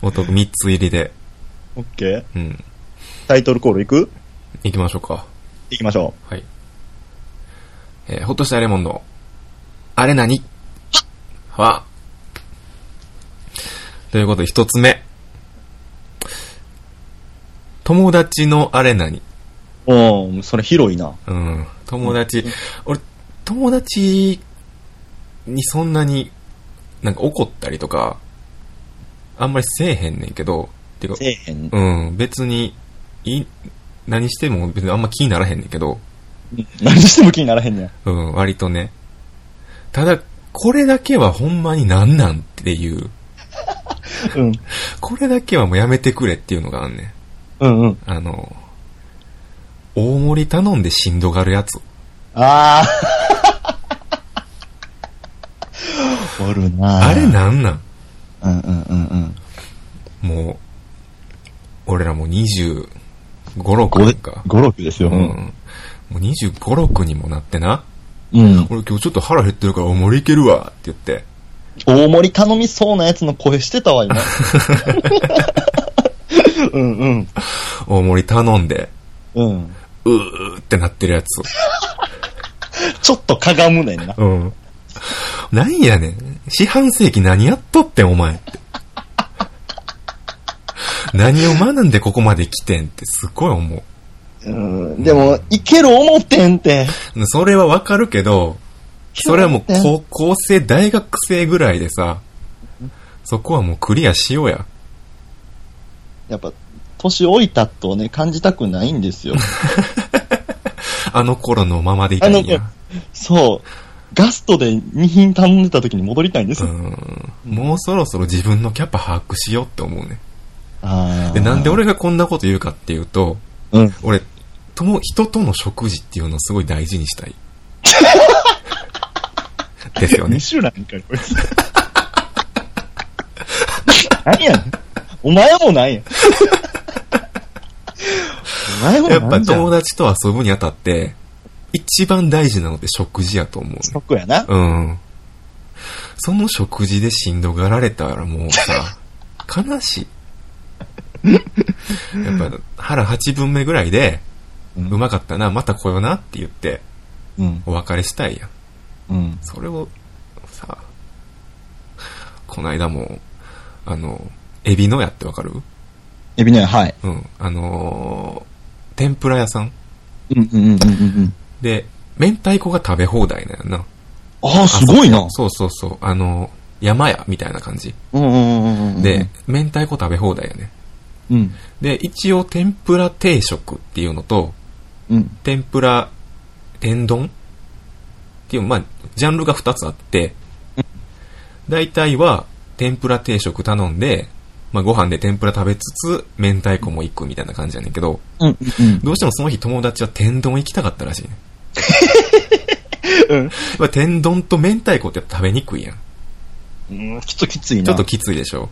[SPEAKER 1] お得3つ入りで、
[SPEAKER 2] オッケー。
[SPEAKER 1] うん。
[SPEAKER 2] タイトルコールいく
[SPEAKER 1] 行きましょうか。
[SPEAKER 2] 行きましょ
[SPEAKER 1] はい。えー、ほっとしたレモンの、あれ何は、ということで、一つ目。友達のあれ何
[SPEAKER 2] う。おー、それ広いな。
[SPEAKER 1] うん。友達。俺、友達にそんなになんか怒ったりとか、あんまりせえへんねんけど、てか
[SPEAKER 2] せ、えへん。
[SPEAKER 1] うん、別に、い、何しても別にあんま気にならへんねんけど、
[SPEAKER 2] 何しても気にならへんねん。
[SPEAKER 1] うん、割とね。ただ、これだけはほんまになんなんっていう、
[SPEAKER 2] うん。
[SPEAKER 1] これだけはもうやめてくれっていうのがあんねん。
[SPEAKER 2] うんうん。
[SPEAKER 1] あの、大盛り頼んでしんどがるやつ。
[SPEAKER 2] ああ。おるな
[SPEAKER 1] あれなんなん
[SPEAKER 2] うんうんうんうん。
[SPEAKER 1] もう、俺らもう25、6年か
[SPEAKER 2] 5、。6ですよ。
[SPEAKER 1] うん。もう25、6にもなってな。
[SPEAKER 2] うん。
[SPEAKER 1] 俺今日ちょっと腹減ってるから大盛りいけるわって言って。
[SPEAKER 2] 大盛り頼みそうなやつの声してたわ、今。 [laughs] うんうん。
[SPEAKER 1] 大盛り頼んで、
[SPEAKER 2] うん。
[SPEAKER 1] うーってなってるやつ。
[SPEAKER 2] ちょっとかがむねんな。
[SPEAKER 1] うん。なんやねん。四半世紀何やっとってんお前って。 [laughs] 何を学んでここまで来てんってすごい思う。
[SPEAKER 2] うん。でも、いける思ってんて。
[SPEAKER 1] それはわかるけど、それはもう高校生、大学生ぐらいでさ、そこはもうクリアしようや。
[SPEAKER 2] やっぱ、年老いたとね、感じたくないんですよ。
[SPEAKER 1] あの頃のままでいた
[SPEAKER 2] あ
[SPEAKER 1] い
[SPEAKER 2] の
[SPEAKER 1] んや。
[SPEAKER 2] そう。ガストで2品頼んでた時に戻りたいんです。
[SPEAKER 1] うん。もうそろそろ自分のキャパ把握しようって思うね。
[SPEAKER 2] あー
[SPEAKER 1] で、なんで俺がこんなこと言うかっていうと、
[SPEAKER 2] うん。
[SPEAKER 1] 俺、とも、人との食事っていうのをすごい大事にした
[SPEAKER 2] [laughs]
[SPEAKER 1] い。ですよね
[SPEAKER 2] ミ。シュランかよ、こいつ。何やねん。お前もなんや。お前も
[SPEAKER 1] やっ
[SPEAKER 2] な
[SPEAKER 1] ぱ
[SPEAKER 2] んじゃ
[SPEAKER 1] 友
[SPEAKER 2] ん。
[SPEAKER 1] 達と遊ぶにあたって、一番大事なのって食事やと思うね。
[SPEAKER 2] そこやな。
[SPEAKER 1] うん。その食事でしんどがられたらもう
[SPEAKER 2] [laughs]
[SPEAKER 1] さ、悲しい。やっぱ腹8分目ぐらいで、
[SPEAKER 2] う
[SPEAKER 1] う。まかったな、また来ようなって言って、
[SPEAKER 2] うん。
[SPEAKER 1] お別れしたいやん。
[SPEAKER 2] うん。
[SPEAKER 1] それを、さ、こないだも、あの、エビの屋ってわかる
[SPEAKER 2] エビね、はい。
[SPEAKER 1] うん。あのー天ぷら屋さん
[SPEAKER 2] うんうんうんうんうん。
[SPEAKER 1] で、明太子が食べ放題なんやな。
[SPEAKER 2] ああ、すごいな。
[SPEAKER 1] そうそうそう。あのー山屋みたいな感じ。
[SPEAKER 2] うんうんうんうん。
[SPEAKER 1] で、、明太子食べ放題やね。
[SPEAKER 2] うん。
[SPEAKER 1] で、一応天ぷら定食っていうのと、
[SPEAKER 2] うん。
[SPEAKER 1] 天ぷら天丼っていう、まあ、ジャンルが2つあって、大体は天ぷら定食頼んで、まあ、ご飯で天ぷら食べつつ、明太子も行くみたいな感じやねんけど、
[SPEAKER 2] うんうん
[SPEAKER 1] どうしてもその日友達は天丼行きたかったらしいね。まあ天丼と明太子って食べにくいやん。
[SPEAKER 2] うん。うんちょっときついな。
[SPEAKER 1] ちょっときついでしょ。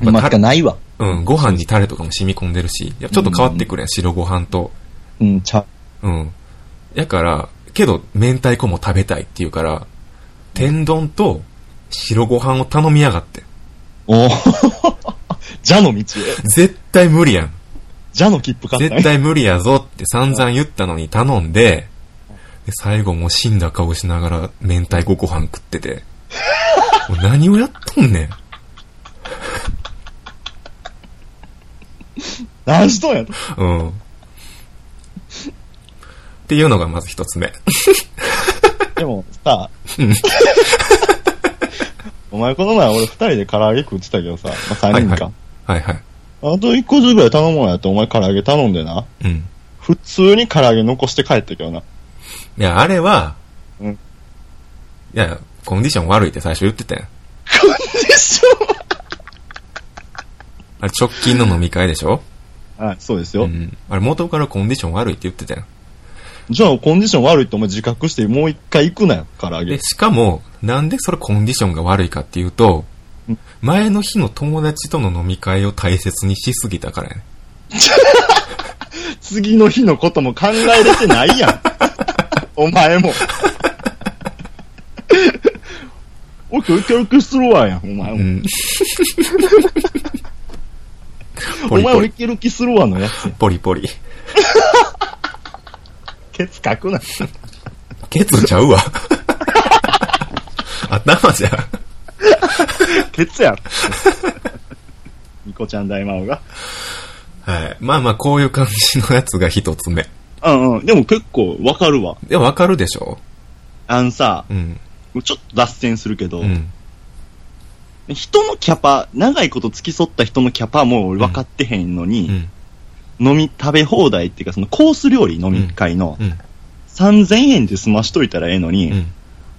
[SPEAKER 2] まあ、
[SPEAKER 1] た
[SPEAKER 2] てかないわ。
[SPEAKER 1] うん、ご飯にタレとかも染み込んでるし、やっぱちょっと変わってくるやん、白ご飯と。
[SPEAKER 2] うん、ちゃう。
[SPEAKER 1] うん。やから、けど、明太子も食べたいって言うから、天丼と白ご飯を頼みやがって。
[SPEAKER 2] おー [laughs] じゃの道へ。
[SPEAKER 1] 絶対無理やん。
[SPEAKER 2] じゃの切符買った
[SPEAKER 1] 絶対無理やぞって散々言ったのに頼んで、で最後もう死んだ顔しながら明太子ご飯食って
[SPEAKER 2] [laughs]
[SPEAKER 1] て。もう何をやっとんねん。
[SPEAKER 2] 何しとんやと。
[SPEAKER 1] うん。っていうのがまず一つ目。
[SPEAKER 2] でもさ、お前この前俺二人で唐揚げ食ってたけどさ、まあ、三人か。
[SPEAKER 1] はいはい。
[SPEAKER 2] あと一個ずつぐらい頼もうやってお前唐揚げ頼んでな。
[SPEAKER 1] うん。
[SPEAKER 2] 普通に唐揚げ残して帰ったけどな。
[SPEAKER 1] いや、あれは、
[SPEAKER 2] うん
[SPEAKER 1] いや、コンディション悪いって最初言ってたやん。
[SPEAKER 2] でしょ
[SPEAKER 1] あれ直近の飲み会でしょ
[SPEAKER 2] はい、そうですよ。
[SPEAKER 1] うん。あれ元からコンディション悪いって言ってたやん。
[SPEAKER 2] じゃあコンディション悪いってお前自覚してもう一回行くなよ、唐揚
[SPEAKER 1] で、
[SPEAKER 2] げ。
[SPEAKER 1] しかも、なんでそれコンディションが悪いかっていうと
[SPEAKER 2] うん、
[SPEAKER 1] 前の日の友達との飲み会を大切にしすぎたからやね。
[SPEAKER 2] 次の日のことも考えれてな
[SPEAKER 1] [laughs]
[SPEAKER 2] いやん。お前も。おきおきおきするわやん、お前も。
[SPEAKER 1] うん。ポ
[SPEAKER 2] お
[SPEAKER 1] リ
[SPEAKER 2] 前
[SPEAKER 1] ポ
[SPEAKER 2] をい
[SPEAKER 1] リ。
[SPEAKER 2] ける気するわのやつや。
[SPEAKER 1] ポリポリ。
[SPEAKER 2] ケツ書くな。
[SPEAKER 1] ケツちゃうわ。 [laughs] 頭じゃん。
[SPEAKER 2] ケツやろ。 [laughs] ニコちゃん大魔王が。
[SPEAKER 1] はい。まあまあ、こういう感じのやつが一つ目。
[SPEAKER 2] うんうん。でも結構わかるわ。
[SPEAKER 1] で、わかるでしょ
[SPEAKER 2] あのさ、
[SPEAKER 1] うん。
[SPEAKER 2] ちょっと脱線するけど、
[SPEAKER 1] うん。
[SPEAKER 2] 人のキャパ、長いこと付き添った人のキャパも俺分かってへんの
[SPEAKER 1] う
[SPEAKER 2] に、
[SPEAKER 1] ん。
[SPEAKER 2] 飲み、食べ放題っていうか、そのコース料理飲み会の
[SPEAKER 1] うん。
[SPEAKER 2] 3000円で済ましといたらええのに、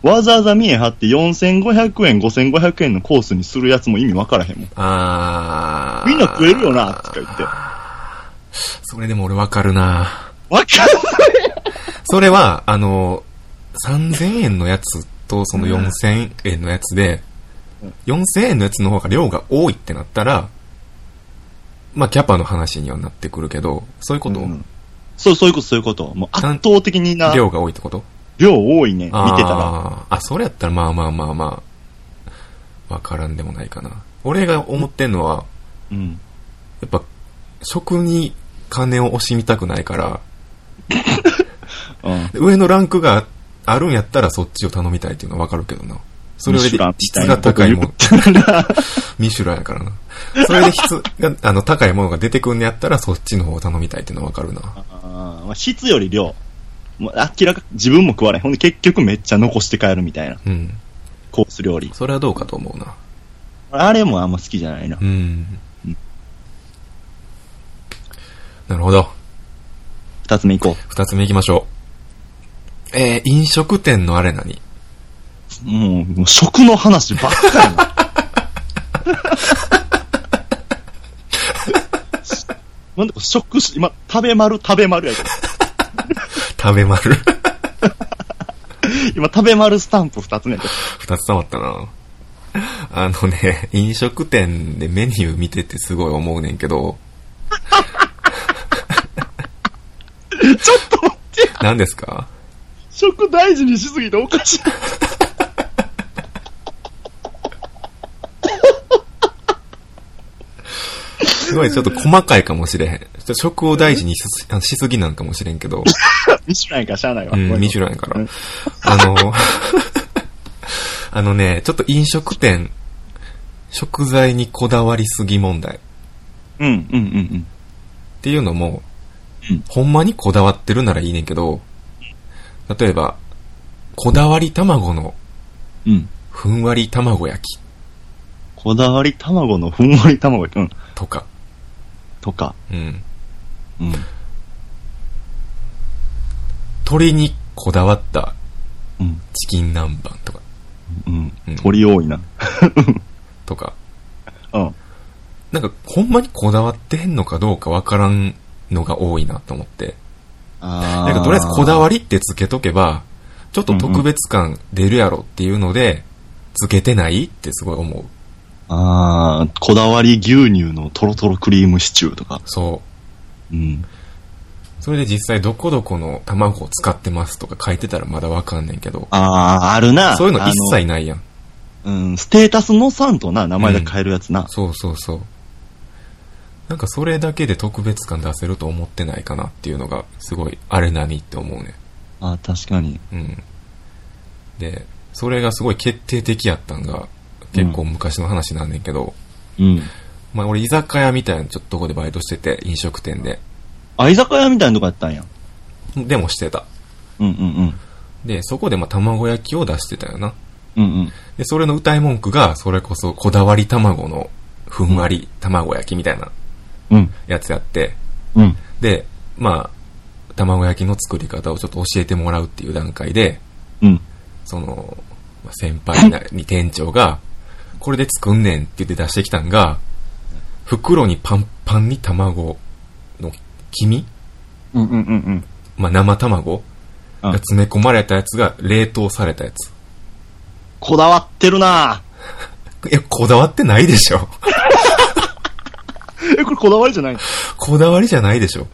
[SPEAKER 1] うん。
[SPEAKER 2] わざわざ見え張って4500円、5500円のコースにするやつも意味分からへんもん。
[SPEAKER 1] あー。
[SPEAKER 2] みんな食えるよな、とか言って。
[SPEAKER 1] それでも俺わかるな
[SPEAKER 2] 分かる
[SPEAKER 1] それは、あの、3000円のやつとその
[SPEAKER 2] うん
[SPEAKER 1] 4000円のやつで
[SPEAKER 2] うん、
[SPEAKER 1] 4000円のやつの方が量が多いってなったら、まあ、キャパの話にはなってくるけど、そういうこと、
[SPEAKER 2] うんそう、そういうこと、そういうこと。もう圧倒的にな、量
[SPEAKER 1] 量が多いってこと
[SPEAKER 2] 多いね、見てたら。
[SPEAKER 1] あーあ、それやったらまあまあまあまあ、わからんでもないかな。俺が思ってんのは、
[SPEAKER 2] うん。
[SPEAKER 1] やっぱ、食に金を惜しみたくないから、
[SPEAKER 2] うん。
[SPEAKER 1] 上のランクがあるんやったらそっちを頼みたいっていうのはわかるけどな。それより
[SPEAKER 2] ミシュランみ
[SPEAKER 1] 質
[SPEAKER 2] たいな
[SPEAKER 1] が高いも
[SPEAKER 2] こ
[SPEAKER 1] ん。ミシュランやからな。それで質が、あの、高いものが出てくんのやったらそっちの方を頼みたいっていうのはわかるな。
[SPEAKER 2] あーまあ、質より量。もう明らか、自分も食わない。ほんで結局めっちゃ残して帰るみたいな。
[SPEAKER 1] うん。
[SPEAKER 2] コース料理。
[SPEAKER 1] それはどうかと思うな。
[SPEAKER 2] あれもあんま好きじゃないな
[SPEAKER 1] う。ん
[SPEAKER 2] うん。
[SPEAKER 1] なるほど。
[SPEAKER 2] 二つ目行こ
[SPEAKER 1] 二つ目行きましょう。えー、飲食店のあれ何
[SPEAKER 2] う。もう、もう食の話ばっかやな。なんだか食し、今、食べ丸、食べ丸やけど。
[SPEAKER 1] 食べ丸。 [laughs]
[SPEAKER 2] 今、食べ丸スタンプ二つ目やけど。
[SPEAKER 1] 二つ溜まったな。あのね、飲食店でメニュー見ててすごい思うねんけど。
[SPEAKER 2] [laughs] ちょっと待って、
[SPEAKER 1] 何ですか
[SPEAKER 2] 食大事にしすぎておかしい。
[SPEAKER 1] すごいちょっと細かいかもしれへん。ちょっと食を大事にしすあのしすぎなんかもしれんけ
[SPEAKER 2] [laughs]
[SPEAKER 1] ど。
[SPEAKER 2] [laughs] ミシュランやからしゃあない
[SPEAKER 1] う
[SPEAKER 2] わ。
[SPEAKER 1] ん、ミシュランやから。あの、 [laughs] あのね、ちょっと飲食店、食材にこだわりすぎ問題っ
[SPEAKER 2] ン。うん、うん、うん、うん。
[SPEAKER 1] ていうのも
[SPEAKER 2] うん、
[SPEAKER 1] ほんまにこだわってるならいいねんけど、例えば、こだわり卵の
[SPEAKER 2] うん。
[SPEAKER 1] ふんわり卵焼き
[SPEAKER 2] こだわり卵のふんわり卵、うん、
[SPEAKER 1] とか、
[SPEAKER 2] とか。
[SPEAKER 1] うん。
[SPEAKER 2] うん。
[SPEAKER 1] 鶏にこだわった
[SPEAKER 2] うん。
[SPEAKER 1] チキン南蛮とか、
[SPEAKER 2] うん。
[SPEAKER 1] うん
[SPEAKER 2] 鳥多いな。
[SPEAKER 1] とか、
[SPEAKER 2] うん。
[SPEAKER 1] なんか、ほんまにこだわってへんのかどうかわからんのが多いなと思って。
[SPEAKER 2] あ
[SPEAKER 1] なんか、とりあえずこだ
[SPEAKER 2] わ
[SPEAKER 1] わりってつけとけば、ちょっと特別感出るやろっていうので、つけてないってすごい思う。
[SPEAKER 2] あー、こだわり牛乳のトロトロクリームシチューとか。
[SPEAKER 1] そ
[SPEAKER 2] うん。
[SPEAKER 1] う。それで実際どこどこの卵を使ってますとか書いてたらまだわかんねんけど、
[SPEAKER 2] あー、あるな。
[SPEAKER 1] そういうの一
[SPEAKER 2] あ
[SPEAKER 1] 切ないやん。
[SPEAKER 2] の。うん、ステータスのさんとな、名前で変えるやつな。
[SPEAKER 1] そうそうそう。なんかそれだけで特別感出せると思ってないかなっていうのが、すごいあれなにって思うね。
[SPEAKER 2] あー、確かに。
[SPEAKER 1] うん。で、それがすごい決定的やったんが、結構昔の話なんねんけど、
[SPEAKER 2] うん。
[SPEAKER 1] まあ俺居酒屋みたいなちょっととこでバイトしてて、飲食店で。
[SPEAKER 2] あ、居酒屋みたいなとこやったんや。
[SPEAKER 1] でもしてた。
[SPEAKER 2] うんうん
[SPEAKER 1] で、そこでまあ卵焼きを出してたよな。
[SPEAKER 2] うん。うんうん。
[SPEAKER 1] で、それの歌い文句が、それこそこだわり卵のふんわり卵焼きみたいな
[SPEAKER 2] うん。
[SPEAKER 1] やつやって、
[SPEAKER 2] うん。
[SPEAKER 1] で、まあ、卵焼きの作り方をちょっと教えてもらうっていう段階で、
[SPEAKER 2] うん。
[SPEAKER 1] その、まあ先輩なに店長が、これで作んねんって言って出してきたんが、袋にパンパンに卵の黄身
[SPEAKER 2] うんうんうん
[SPEAKER 1] まあ、生卵
[SPEAKER 2] う
[SPEAKER 1] が
[SPEAKER 2] ん。
[SPEAKER 1] 詰め込まれたやつが冷凍されたやつ。
[SPEAKER 2] こだわってる
[SPEAKER 1] [laughs]
[SPEAKER 2] なぁ。
[SPEAKER 1] いや、こだわってないでしょ。 [laughs]
[SPEAKER 2] え、これこだわりじゃないの
[SPEAKER 1] こだわりじゃないでしょ。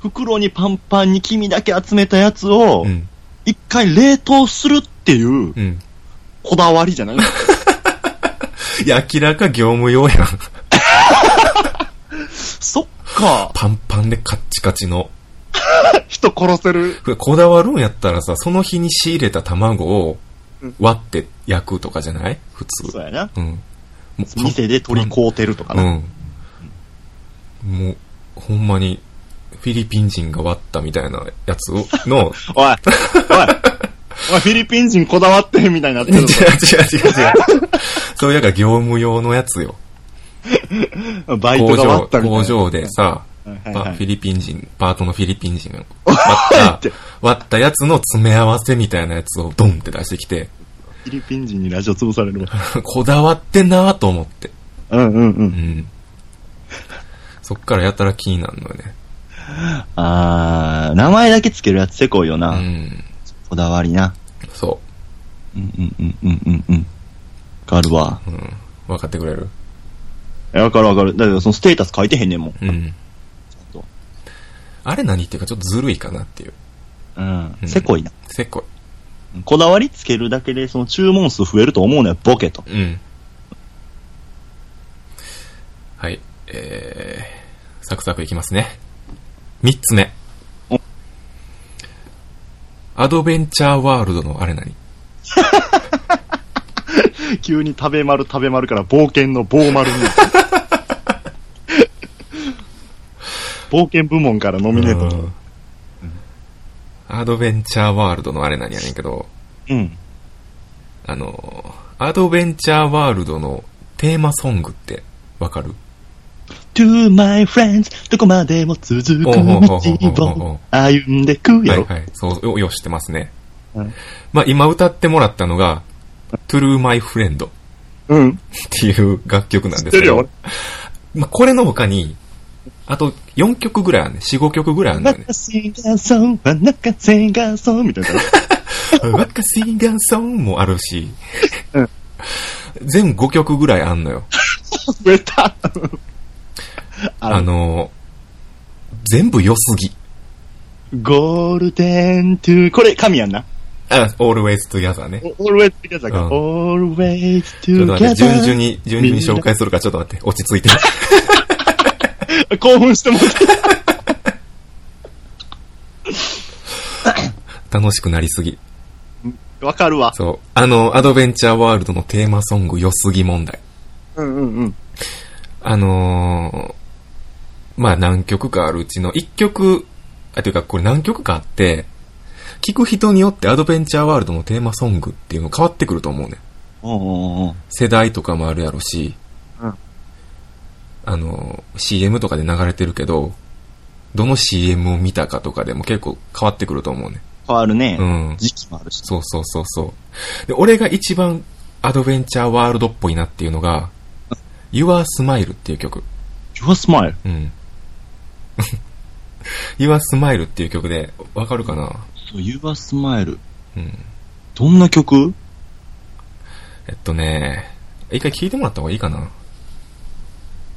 [SPEAKER 2] 袋にパンパンに黄身だけ集めたやつを
[SPEAKER 1] う、ん。
[SPEAKER 2] 一回冷凍するっていう
[SPEAKER 1] う、ん。
[SPEAKER 2] こだわり
[SPEAKER 1] [laughs]
[SPEAKER 2] じゃないの
[SPEAKER 1] いや、明らか業務用やん。 [laughs]
[SPEAKER 2] そっか。
[SPEAKER 1] パンパンでカッチカチの。
[SPEAKER 2] 人殺せる。
[SPEAKER 1] こだわるんやったらさ、その日に仕入れた卵を
[SPEAKER 2] うん
[SPEAKER 1] 割って焼くとかじゃない普通
[SPEAKER 2] そ。うやな。
[SPEAKER 1] うん。もうパン
[SPEAKER 2] 店で取り凍うてるとか
[SPEAKER 1] う
[SPEAKER 2] な。
[SPEAKER 1] ん。もう、ほんまに、
[SPEAKER 2] [laughs]
[SPEAKER 1] フィリピン人が割ったみたいなやつをの、
[SPEAKER 2] おい、おい、前フィリピン人こだわってるみたいになっ
[SPEAKER 1] [laughs]
[SPEAKER 2] て
[SPEAKER 1] 違う違う違
[SPEAKER 2] るぞ
[SPEAKER 1] う違う。そういうなんか業務用のやつよ。
[SPEAKER 2] バイ
[SPEAKER 1] 工
[SPEAKER 2] トが
[SPEAKER 1] 場、
[SPEAKER 2] 割ったみたいな。
[SPEAKER 1] 工場でさ、
[SPEAKER 2] はい
[SPEAKER 1] ま
[SPEAKER 2] は
[SPEAKER 1] あ
[SPEAKER 2] い
[SPEAKER 1] フィリピン人、パートのフィリピン人
[SPEAKER 2] [laughs]
[SPEAKER 1] が割った
[SPEAKER 2] って、
[SPEAKER 1] 割ったやつの詰め合わせみたいなやつをドンって出してきて、 [laughs]
[SPEAKER 2] フィリピン人にラジオ潰されるわ。
[SPEAKER 1] こだわってんなぁと思って。
[SPEAKER 2] うんうんう。
[SPEAKER 1] うん
[SPEAKER 2] [laughs]
[SPEAKER 1] ん。そっからやたら気になるのよね。
[SPEAKER 2] あー、名前だけつけるやつせこいよ
[SPEAKER 1] う
[SPEAKER 2] な。
[SPEAKER 1] ん。
[SPEAKER 2] こだわりな。
[SPEAKER 1] そ
[SPEAKER 2] うんうんうんうんうんうん。わかるわ。
[SPEAKER 1] う。うん。分かってくれる
[SPEAKER 2] えわかるわかる。だけどそのステータス書いてへんねんもん。
[SPEAKER 1] うん
[SPEAKER 2] と。
[SPEAKER 1] あれ何っていうかちょっとずるいかなっていう。
[SPEAKER 2] うん
[SPEAKER 1] う。ん
[SPEAKER 2] せこいな。
[SPEAKER 1] せっこ
[SPEAKER 2] こだわりつけるだけで、その注文数増えると思うのよ、ボケと。
[SPEAKER 1] い。うん。はい。えー、サクサクいきますね。三つ目
[SPEAKER 2] お。
[SPEAKER 1] アドベンチャーワールドのあれ何
[SPEAKER 2] [laughs] 急に食べ丸食べ丸から冒険の棒丸 [laughs] に。冒険部門からノミネート。
[SPEAKER 1] うんアドベンチャーワールドのあれ何やねんけど、
[SPEAKER 2] うん。
[SPEAKER 1] あの、アドベンチャーワールドのテーマソングってわかる
[SPEAKER 2] to my friends どこまでも続く道
[SPEAKER 1] おうおうおうおうおうお
[SPEAKER 2] を
[SPEAKER 1] う
[SPEAKER 2] 歩んでくや
[SPEAKER 1] はい
[SPEAKER 2] ろ。
[SPEAKER 1] はい。そう、よ、よ、知ってますね。
[SPEAKER 2] うん
[SPEAKER 1] まあ今歌ってもらったのが、True My Friend っ
[SPEAKER 2] うん。
[SPEAKER 1] ていう楽曲なん
[SPEAKER 2] 知
[SPEAKER 1] です
[SPEAKER 2] って
[SPEAKER 1] け
[SPEAKER 2] る
[SPEAKER 1] ど
[SPEAKER 2] よ。、
[SPEAKER 1] まあこれの他に、あと4曲ぐらいあるね。4、5曲ぐらいあるん
[SPEAKER 2] [laughs]
[SPEAKER 1] だよね。
[SPEAKER 2] 私がそう、あなたがそう、みたいな。
[SPEAKER 1] 私がそうもあるし
[SPEAKER 2] う、
[SPEAKER 1] 全5曲ぐらいあんのよ。
[SPEAKER 2] 増えた。 [laughs] あの
[SPEAKER 1] あの、全部良すぎ。
[SPEAKER 2] ゴールデントゥー、これ、神やんな。
[SPEAKER 1] あ、Always Together ね。
[SPEAKER 2] always together か。
[SPEAKER 1] うん
[SPEAKER 2] always
[SPEAKER 1] ちょっと待って、
[SPEAKER 2] together.
[SPEAKER 1] 順々に、順々に紹介するから、ちょっと待って、落ち着いて。
[SPEAKER 2] 興奮してもらっ
[SPEAKER 1] 楽しくなりすぎ。
[SPEAKER 2] た。わかるわ。
[SPEAKER 1] そう。あの、アドベンチャーワールドのテーマソング良すぎ問題。
[SPEAKER 2] うんうんうん。
[SPEAKER 1] あのー、まあ何曲かあるうちの1曲、あ、というかこれ何曲かあって、聞く人によってアドベンチャーワールドのテーマソングっていうの変わってくると思うねん。
[SPEAKER 2] おうおう
[SPEAKER 1] 世代とかもあるやろし、
[SPEAKER 2] うん
[SPEAKER 1] あのー、CM とかで流れてるけど、どの CM を見たかとかでも結構変わってくると思うねん。
[SPEAKER 2] 変わるね。
[SPEAKER 1] うん
[SPEAKER 2] 時期もあるし。
[SPEAKER 1] そうそうそうそう。で、俺が一番アドベンチャーワールドっぽいなっていうのが、Your Smile っていう曲。
[SPEAKER 2] Your smile.
[SPEAKER 1] うん。Your Smile っていう曲で、わかるかな
[SPEAKER 2] そう、Your smile.
[SPEAKER 1] うん。
[SPEAKER 2] どんな曲
[SPEAKER 1] えっとね、一回聞いてもらった方がいいかな。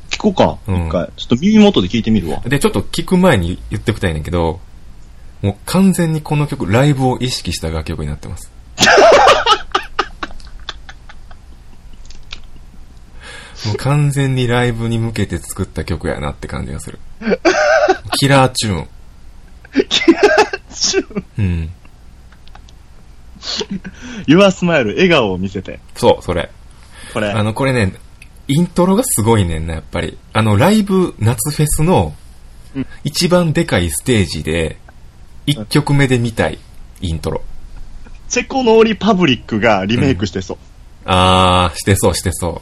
[SPEAKER 2] 聞こうか。
[SPEAKER 1] うん
[SPEAKER 2] 一回。ちょっと耳元で聞いてみる
[SPEAKER 1] [laughs]
[SPEAKER 2] わ。
[SPEAKER 1] で、ちょっと聞く前に言っておきたいねんだけど、もう完全にこの曲、ライブを意識した楽曲になってます。もう完全にライブに向けて作った曲やなって感じがする。キラーチューン。うん。
[SPEAKER 2] Your smile. 笑顔を見せて。
[SPEAKER 1] そう、それ。
[SPEAKER 2] これ。
[SPEAKER 1] あの、これね、イントロがすごいねんな、やっぱり。あの、ライブ、夏フェスの
[SPEAKER 2] うん、
[SPEAKER 1] 一番でかいステージで、一曲目で見たい、イントロ。
[SPEAKER 2] チェコノーリパブリックがリメイクしてそう。
[SPEAKER 1] あー、してそう、してそう。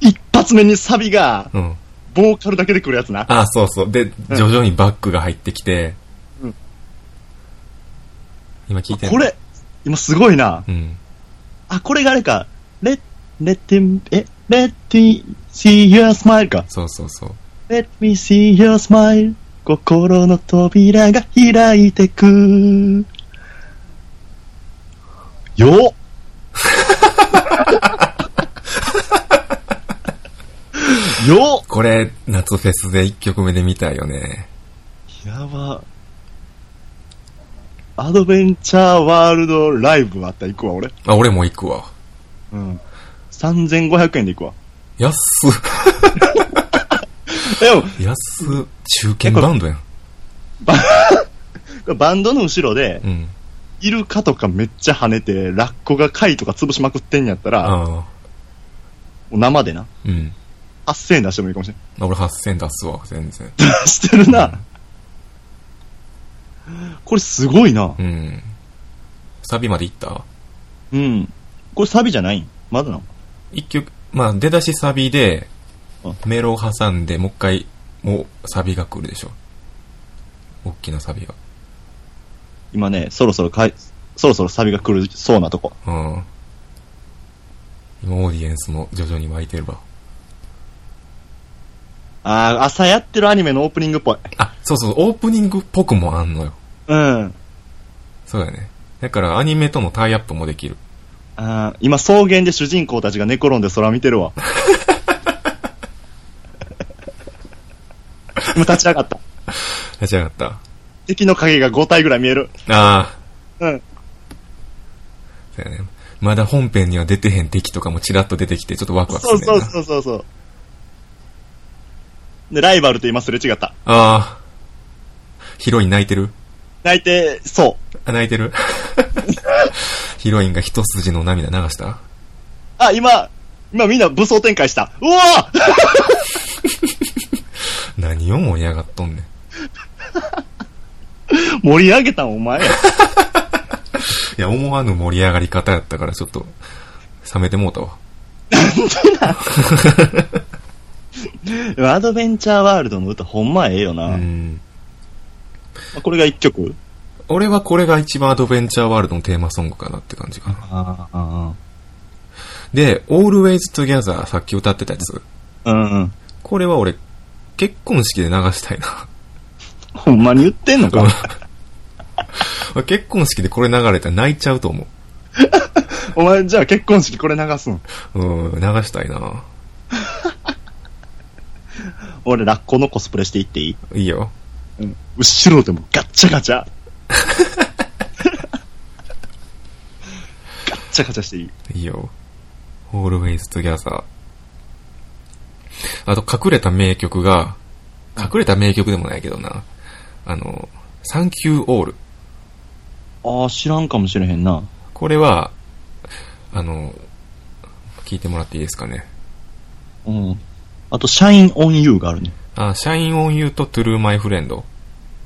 [SPEAKER 2] 一発目にサビが、
[SPEAKER 1] うん。
[SPEAKER 2] ボーカルだけで来るやつな。
[SPEAKER 1] あ、そうそう。で、
[SPEAKER 2] うん
[SPEAKER 1] 徐々にバックが入ってきて。
[SPEAKER 2] うん
[SPEAKER 1] 今聞いてんの
[SPEAKER 2] これ、今すごいな。
[SPEAKER 1] うん。
[SPEAKER 2] あ、これがあれか。レッ、レッテン、え、レッティ、see your smile か。
[SPEAKER 1] そうそうそう。
[SPEAKER 2] Let me see your smile 心の扉が開いてくよっ [laughs] よっ
[SPEAKER 1] これ、夏フェスで一曲目で見たいよね。
[SPEAKER 2] やば。アドベンチャーワールドライブあったら行くわ、俺。
[SPEAKER 1] あ、俺も行くわ。
[SPEAKER 2] うん。3500円で行くわ。
[SPEAKER 1] 安っ。
[SPEAKER 2] でも
[SPEAKER 1] 安っ。中堅バンドやん。
[SPEAKER 2] これ、バンドの後ろで
[SPEAKER 1] う、ん。
[SPEAKER 2] イルカとかめっちゃ跳ねて、ラッコが貝とか潰しまくってんやったら、
[SPEAKER 1] ああ。
[SPEAKER 2] 生でな、
[SPEAKER 1] うん。
[SPEAKER 2] 8000円出してもいいかもしれん。 [laughs]
[SPEAKER 1] 俺8000出すわ、全然。
[SPEAKER 2] してるな。これすごいな
[SPEAKER 1] う。ん。サビまで行った
[SPEAKER 2] うん。これサビじゃないんまだなの
[SPEAKER 1] 一曲、まあ、出だしサビで
[SPEAKER 2] うん、
[SPEAKER 1] メロを挟んで、もう一回、もうサビが来るでしょ。大きなサビが。
[SPEAKER 2] 今ね、そろそろかい、そろそろサビが来るそうなとこ。
[SPEAKER 1] うん。今、オーディエンスも徐々に湧いてるわ。
[SPEAKER 2] あー、朝やってるアニメのオープニングっぽい。
[SPEAKER 1] あ、そうそう、オープニングっぽくもあんのよ。
[SPEAKER 2] うん。
[SPEAKER 1] そうだね。だから、アニメとのタイアップもできる。
[SPEAKER 2] あー今草原で主人公たちが寝転んで空見てるわ。今立ち上がった。
[SPEAKER 1] 立ち上がった。あ
[SPEAKER 2] 敵の影が5体ぐらい見える。
[SPEAKER 1] あ
[SPEAKER 2] うん。
[SPEAKER 1] ー、そうやね。まだ本編には出てへん敵とかもチラッと出てきて、ちょっとワクワクす
[SPEAKER 2] そ
[SPEAKER 1] る
[SPEAKER 2] う
[SPEAKER 1] ね
[SPEAKER 2] ん
[SPEAKER 1] んな。
[SPEAKER 2] そうそうそうそう。で、ライバルと今すれ違った。
[SPEAKER 1] ああ。ヒロイン泣いてる
[SPEAKER 2] 泣いて、そう。
[SPEAKER 1] あ、泣いてる [laughs] ヒロインが一筋の涙流した
[SPEAKER 2] あ、今、今みんな武装展開した。うわー
[SPEAKER 1] 何を盛り上がっとんねん。
[SPEAKER 2] [laughs] 盛り上げたんお [laughs] 前や。
[SPEAKER 1] いや、思わぬ盛り上がり方やったから、ちょっと、冷めてもうたわ。
[SPEAKER 2] アドベンチャーワールドの歌ほんまええよな。
[SPEAKER 1] うん。
[SPEAKER 2] これが一曲
[SPEAKER 1] 俺はこれが一番アドベンチャーワールドのテーマソングかなって感じかな。
[SPEAKER 2] ああ、
[SPEAKER 1] で、Always Together さっき歌ってたやつ。
[SPEAKER 2] うんうん。
[SPEAKER 1] これは俺、結婚式で流したいな。 [laughs]
[SPEAKER 2] ほんまに言ってんのか
[SPEAKER 1] 俺結婚式でこれ流れたら泣いちゃうと思
[SPEAKER 2] お前じゃあ結婚式これ流すの
[SPEAKER 1] う。うん、流したいな。
[SPEAKER 2] 俺ラッコのコスプレしていっていい
[SPEAKER 1] いいよ。
[SPEAKER 2] 後ろでもガッチャガチ [laughs] ャ。ガッチャガチャしていい
[SPEAKER 1] いいよ。Always Together。あと、隠れた名曲が、隠れた名曲でもないけどな。あの、サンキューオール。
[SPEAKER 2] ああ、知らんかもしれへんな。
[SPEAKER 1] これは、あの、聞いてもらっていいですかね。
[SPEAKER 2] うん。あと、シャインオンユーがあるね。
[SPEAKER 1] あ、シャインオンユーとトゥルーマイフレンド。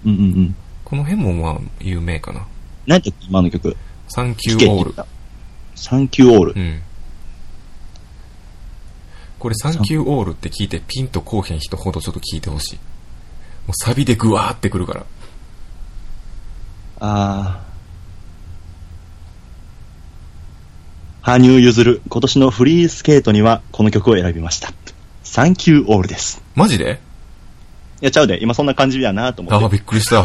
[SPEAKER 2] うんうんうん。
[SPEAKER 1] この辺もまあ、有名かな。
[SPEAKER 2] 何やったっけ今の曲。
[SPEAKER 1] サンキュー
[SPEAKER 2] 聞け
[SPEAKER 1] オー
[SPEAKER 2] 聞
[SPEAKER 1] ル
[SPEAKER 2] い。たサンキューオール
[SPEAKER 1] う。ん。これサンキューオールって聞いてピンとこうへん人ほどちょっと聞いてほしい。もうサビでグワーってくるから。
[SPEAKER 2] ああ。羽生結弦、今年のフリースケートにはこの曲を選びました。サンキューオールです。
[SPEAKER 1] マジで
[SPEAKER 2] いや、ちゃうで。今そんな感じやなと思
[SPEAKER 1] あ
[SPEAKER 2] っ
[SPEAKER 1] あ、
[SPEAKER 2] て。
[SPEAKER 1] びっくりした。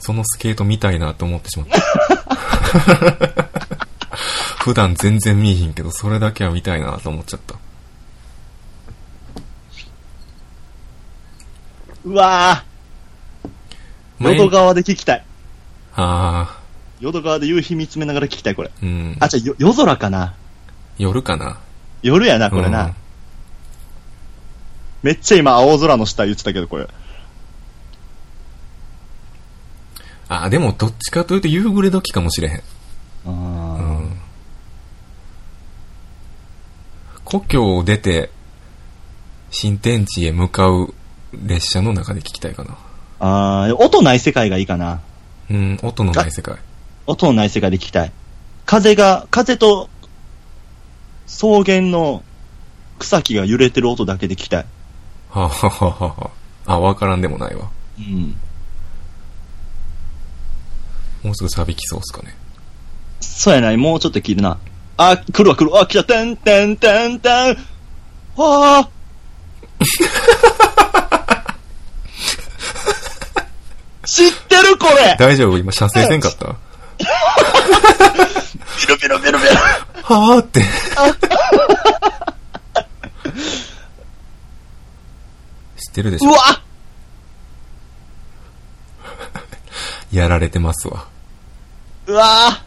[SPEAKER 1] そのスケート見たいなと思ってしまった。 [laughs] 普段全然見えひんけど、それだけは見たいなと思っちゃった。
[SPEAKER 2] うわぁ淀川で聞きたい。
[SPEAKER 1] あ
[SPEAKER 2] 淀川で夕日見つめながら聞きたい、これ。
[SPEAKER 1] あ、うん。
[SPEAKER 2] あ、じゃあ、よ夜空かな
[SPEAKER 1] 夜かな。
[SPEAKER 2] 夜やな、これな。
[SPEAKER 1] うん
[SPEAKER 2] めっちゃ今、青空の下言ってたけど、これ。
[SPEAKER 1] あ、でもどっちかというと夕暮れ時かもしれへん。うん故郷を出て、新天地へ向かう列車の中で聞きたいかな。
[SPEAKER 2] あー音ない世界がいいかな。
[SPEAKER 1] うん、音のない世界。
[SPEAKER 2] 音のない世界で聞きたい。風が、風と草原の草木が揺れてる音だけで聞きたい。
[SPEAKER 1] はあ、はあはあはあ、あ、わからんでもないわ。
[SPEAKER 2] うん。
[SPEAKER 1] もうすぐサビきそうっすかね。
[SPEAKER 2] そうやない、もうちょっと聞いるな。あ、来るわ来るわ、あ、来た、てんてんてんてん。 [laughs] はあ。知ってるこれ
[SPEAKER 1] 大丈夫今、射精せんかった
[SPEAKER 2] ビルビルビルビル。
[SPEAKER 1] はぁって。 [laughs] 知ってるでし
[SPEAKER 2] う
[SPEAKER 1] ょ
[SPEAKER 2] わ
[SPEAKER 1] やられてますわ。
[SPEAKER 2] うわ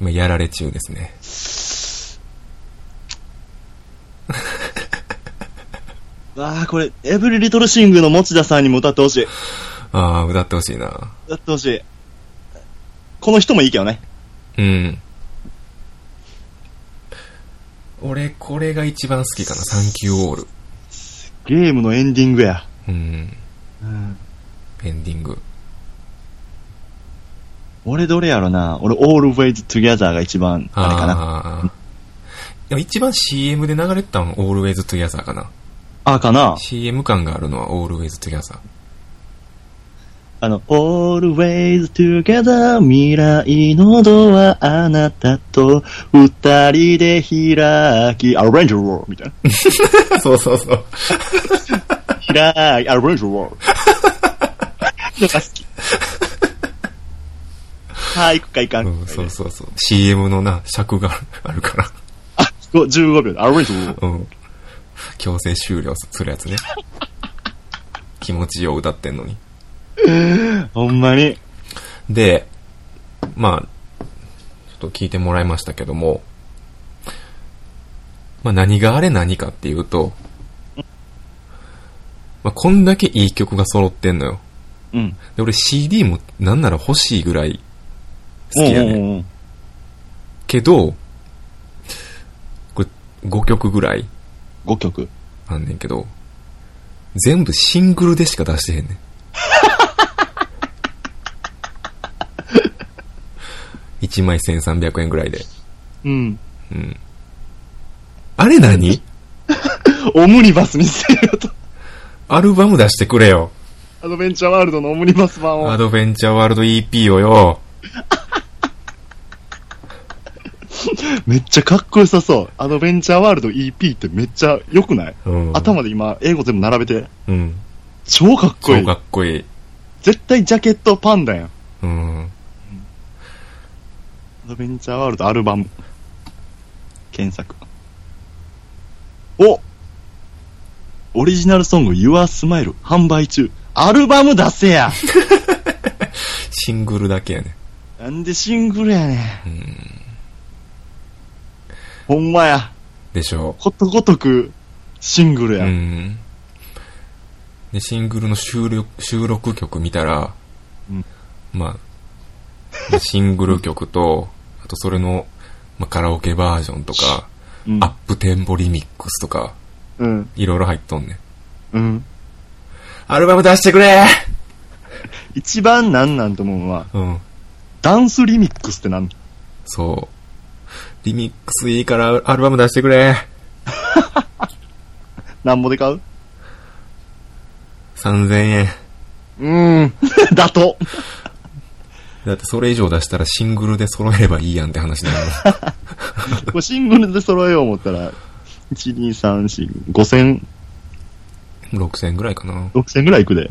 [SPEAKER 1] 今、やられ中ですね。
[SPEAKER 2] うわあこれ、エブリリトルシングの持田さんにも歌ってほしい。
[SPEAKER 1] ああ、歌ってほしいな。
[SPEAKER 2] 歌ってほしい。この人もいいけどね。
[SPEAKER 1] うん。俺、これが一番好きかな。サンキューオール。
[SPEAKER 2] ゲームのエンディングや。
[SPEAKER 1] うん。エンディング。
[SPEAKER 2] 俺どれやろな。俺、Always Together が一番、あれかな。
[SPEAKER 1] な。でも一番 CM で流れてたの Always Together かな。
[SPEAKER 2] あ、かな。
[SPEAKER 1] CM 感があるのは Always Together。
[SPEAKER 2] あの、Always Together 未来のドアあなたと二人で開き、アレンジローみたい
[SPEAKER 1] [laughs] そうそうそう。
[SPEAKER 2] な。開い、アレンジローのが好き。はい、行くか行かんか
[SPEAKER 1] うん、そうそうそう。CM のな、尺があるから。
[SPEAKER 2] あ、ご15秒で、アレンジロー。
[SPEAKER 1] うん。強制終了するやつ [laughs] ね。気持ちよう歌ってんのに。
[SPEAKER 2] ほんまに。
[SPEAKER 1] で、まあ、ちょっと聞いてもらいましたけども、まあ何があれ何かっていうと、まあこんだけいい曲が揃ってんのよ。
[SPEAKER 2] うん。
[SPEAKER 1] で、俺 CD もなんなら欲しいぐらい好きやねん。
[SPEAKER 2] ね。
[SPEAKER 1] けど、これ5曲ぐらい
[SPEAKER 2] 5曲。
[SPEAKER 1] あんねんけど、全部シングルでしか出してへんねん。1枚1300円ぐらいで。
[SPEAKER 2] うん。
[SPEAKER 1] うん。あれ何
[SPEAKER 2] オムニバスにせよと。
[SPEAKER 1] アルバム出してくれよ。
[SPEAKER 2] アドベンチャーワールドのオムニバス版
[SPEAKER 1] ア
[SPEAKER 2] を。
[SPEAKER 1] ドベンチャーワールド EP をよ。
[SPEAKER 2] めっちゃかっこよさそう。アドベンチャーワールド EP ってめっちゃ良くない、
[SPEAKER 1] うん。
[SPEAKER 2] 頭で今、英語全部並べて。
[SPEAKER 1] うん。
[SPEAKER 2] 超かっこ
[SPEAKER 1] 超
[SPEAKER 2] いい
[SPEAKER 1] か。っこいい。
[SPEAKER 2] 絶対ジャケットパンダやん。
[SPEAKER 1] うん。
[SPEAKER 2] アドベンチャーワールドアルバム。検索。おオリジナルソング Your Smile 販売中。アルバム出
[SPEAKER 1] [laughs]
[SPEAKER 2] せや
[SPEAKER 1] シングルだけやね。
[SPEAKER 2] なんでシングルやねん。
[SPEAKER 1] うん。
[SPEAKER 2] ほんまや。
[SPEAKER 1] でしょ
[SPEAKER 2] ことごとくシングル
[SPEAKER 1] う。
[SPEAKER 2] や。
[SPEAKER 1] うん。で、シングルの収録、収録曲見たら、
[SPEAKER 2] うん
[SPEAKER 1] まあ、シングル曲と、あとそれの、まあ、カラオケバージョンとか、
[SPEAKER 2] うん
[SPEAKER 1] アップテンポリミックスとか、
[SPEAKER 2] うん。
[SPEAKER 1] いろいろ入っとんねん。
[SPEAKER 2] うん。
[SPEAKER 1] アルバム出してくれ
[SPEAKER 2] 一番なんなんと思うのは、
[SPEAKER 1] うん。
[SPEAKER 2] ダンスリミックスってなん
[SPEAKER 1] そう。リミックスいいからアルバム出してくれ。
[SPEAKER 2] なんぼで買う
[SPEAKER 1] 3000円。
[SPEAKER 2] うん。 [laughs] だと。
[SPEAKER 1] だってそれ以上出したらシングルで揃えればいいやんって話だよ。
[SPEAKER 2] これシングルで揃えよう思ったら、1、2、3、4、5000、
[SPEAKER 1] [laughs] 6000円ぐらいかな。
[SPEAKER 2] 6000ぐらいいくで。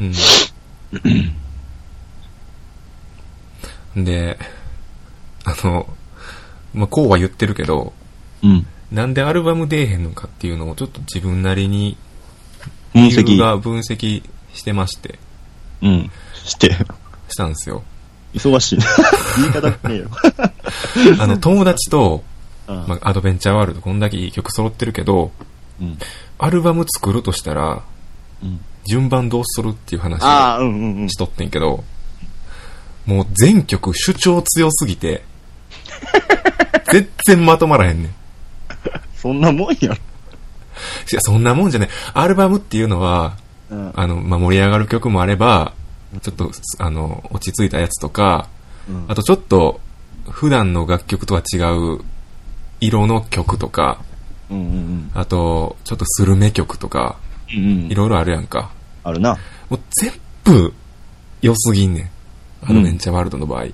[SPEAKER 1] うん。で、あの、まあ、こうは言ってるけど、
[SPEAKER 2] うん。
[SPEAKER 1] なんでアルバム出えへんのかっていうのをちょっと自分なりに理
[SPEAKER 2] 分
[SPEAKER 1] 由
[SPEAKER 2] 析。
[SPEAKER 1] が分析してまして、
[SPEAKER 2] うん。して。
[SPEAKER 1] したんですよ。 [laughs]
[SPEAKER 2] 忙しいな。言い方ねえ [laughs] よ。
[SPEAKER 1] あの、友達と、
[SPEAKER 2] うん
[SPEAKER 1] まあ、アドベンチャーワールドこんだけいい曲揃ってるけど、
[SPEAKER 2] うん
[SPEAKER 1] アルバム作るとしたら、
[SPEAKER 2] うん
[SPEAKER 1] 順番どうするっていう話を
[SPEAKER 2] ああ、うんうんうん
[SPEAKER 1] し。とってんけど、もう全曲主張強すぎ
[SPEAKER 2] [laughs]
[SPEAKER 1] て、全然まとまらへんねん。い
[SPEAKER 2] そんなもんやろ。
[SPEAKER 1] や、そんなもんじゃない。アルバムっていうのは、
[SPEAKER 2] うん
[SPEAKER 1] あの、まあ、盛り上がる曲もあれば、ちょっと、あの、落ち着いたやつとか、
[SPEAKER 2] うん
[SPEAKER 1] あとちょっと、普段の楽曲とは違う色の曲とか、
[SPEAKER 2] うんうん
[SPEAKER 1] あと、ちょっとスルメ曲とか、
[SPEAKER 2] うん。うん
[SPEAKER 1] いろいろあるやんか。
[SPEAKER 2] あるな。
[SPEAKER 1] もう全部、良すぎんねん。アドベンチャーワールドの場合。
[SPEAKER 2] うん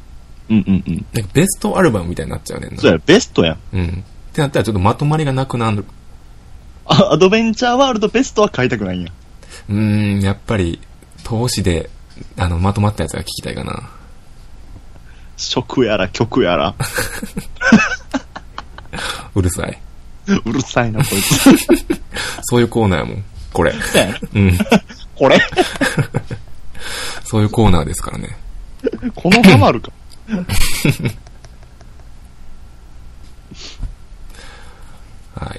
[SPEAKER 2] うんうん。
[SPEAKER 1] なんかベストアルバムみたいになっちゃうねんな。
[SPEAKER 2] そうや、ベストやん。
[SPEAKER 1] うん。ってなったらちょっとまとまりがなくなる。
[SPEAKER 2] あアドベンチャーワールドベストは買いたくないんや。
[SPEAKER 1] うーん、やっぱり、投資で、あの、まとまったやつが聞きたいかな。
[SPEAKER 2] 食やら曲やら。
[SPEAKER 1] うるさい。
[SPEAKER 2] [laughs] うるさいな、こいつ。
[SPEAKER 1] そういうコーナーやもん。これ。うん。
[SPEAKER 2] [laughs] これ
[SPEAKER 1] そういうコーナーですからね。
[SPEAKER 2] このハマるか。
[SPEAKER 1] は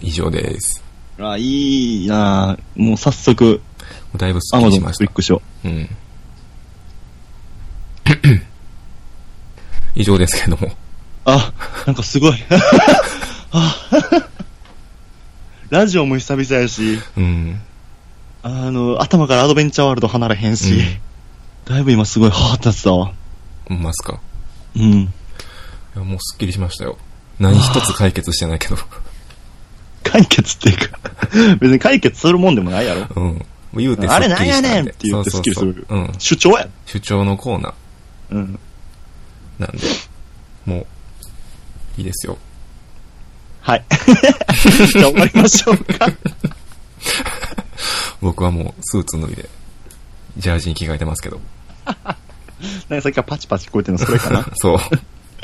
[SPEAKER 1] い。以上です。
[SPEAKER 2] [laughs] あ、いいなぁもう早速、
[SPEAKER 1] だいぶス
[SPEAKER 2] ア
[SPEAKER 1] ッキ
[SPEAKER 2] マ
[SPEAKER 1] リ
[SPEAKER 2] ゾ
[SPEAKER 1] し
[SPEAKER 2] ン
[SPEAKER 1] ま
[SPEAKER 2] クリ
[SPEAKER 1] し
[SPEAKER 2] ックしよ
[SPEAKER 1] た。うん。 [coughs] 以上ですけども。
[SPEAKER 2] う。あ、なんかすごい。 [laughs] あラジオも久々やし、
[SPEAKER 1] うん。
[SPEAKER 2] あの、頭からアドベンチャーワールド離れへんし、
[SPEAKER 1] う
[SPEAKER 2] だいぶ今すごい腹立つだわ。
[SPEAKER 1] ほんまっすか。
[SPEAKER 2] うん。
[SPEAKER 1] いやもうすっきりしましたよ。何一つ解決してないけど。
[SPEAKER 2] 解決っていうか、 [laughs] 別に解決するもんでもないやろ。
[SPEAKER 1] うん。もう言うてすっきりした
[SPEAKER 2] あれなんやねん
[SPEAKER 1] で
[SPEAKER 2] って言って
[SPEAKER 1] そ
[SPEAKER 2] スッ
[SPEAKER 1] う
[SPEAKER 2] キリす
[SPEAKER 1] そう
[SPEAKER 2] る。
[SPEAKER 1] そううん。
[SPEAKER 2] 主張や。
[SPEAKER 1] 主張のコーナ
[SPEAKER 2] うん。
[SPEAKER 1] ーなんで、もう、いいですよ。
[SPEAKER 2] [laughs] はい。じゃあ終わりましょうか。
[SPEAKER 1] 僕はもうスーツ脱いで、ジャージに着替えてますけど。。
[SPEAKER 2] なんかさっきからパチパチ聞こえてるのそれかな
[SPEAKER 1] [laughs] そう。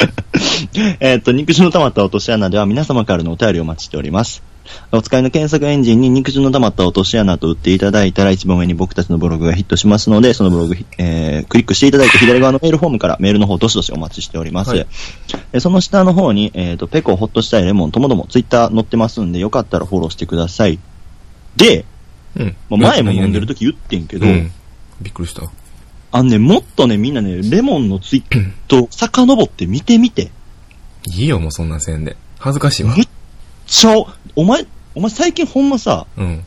[SPEAKER 2] [laughs] えっと、肉汁の溜まった落とし穴では皆様からのお便りをお待ちしております。お使いの検索エンジンに肉汁の溜まった落とし穴と打っていただいたら一番上に僕たちのブログがヒットしますので、そのブログ、えー、クリックしていただいて左側のメールフォームからメールの方どしどしお待ちしております。
[SPEAKER 1] はい
[SPEAKER 2] えその下の方に、えっ、と、ペコホッとしたいレモンともどもツイッター載ってますんで、よかったらフォローしてください。で、
[SPEAKER 1] うん。
[SPEAKER 2] まあ前も飲んでる時言ってんけど、
[SPEAKER 1] うん。びっくりした。
[SPEAKER 2] あのね、もっとね、みんなね、レモンのツイート、 [clears throat] 遡って見てみて。
[SPEAKER 1] いいよ、もうそんな線で。恥ずかしいわ。
[SPEAKER 2] ちゃお、お前、お前最近ほんまさ、
[SPEAKER 1] うん。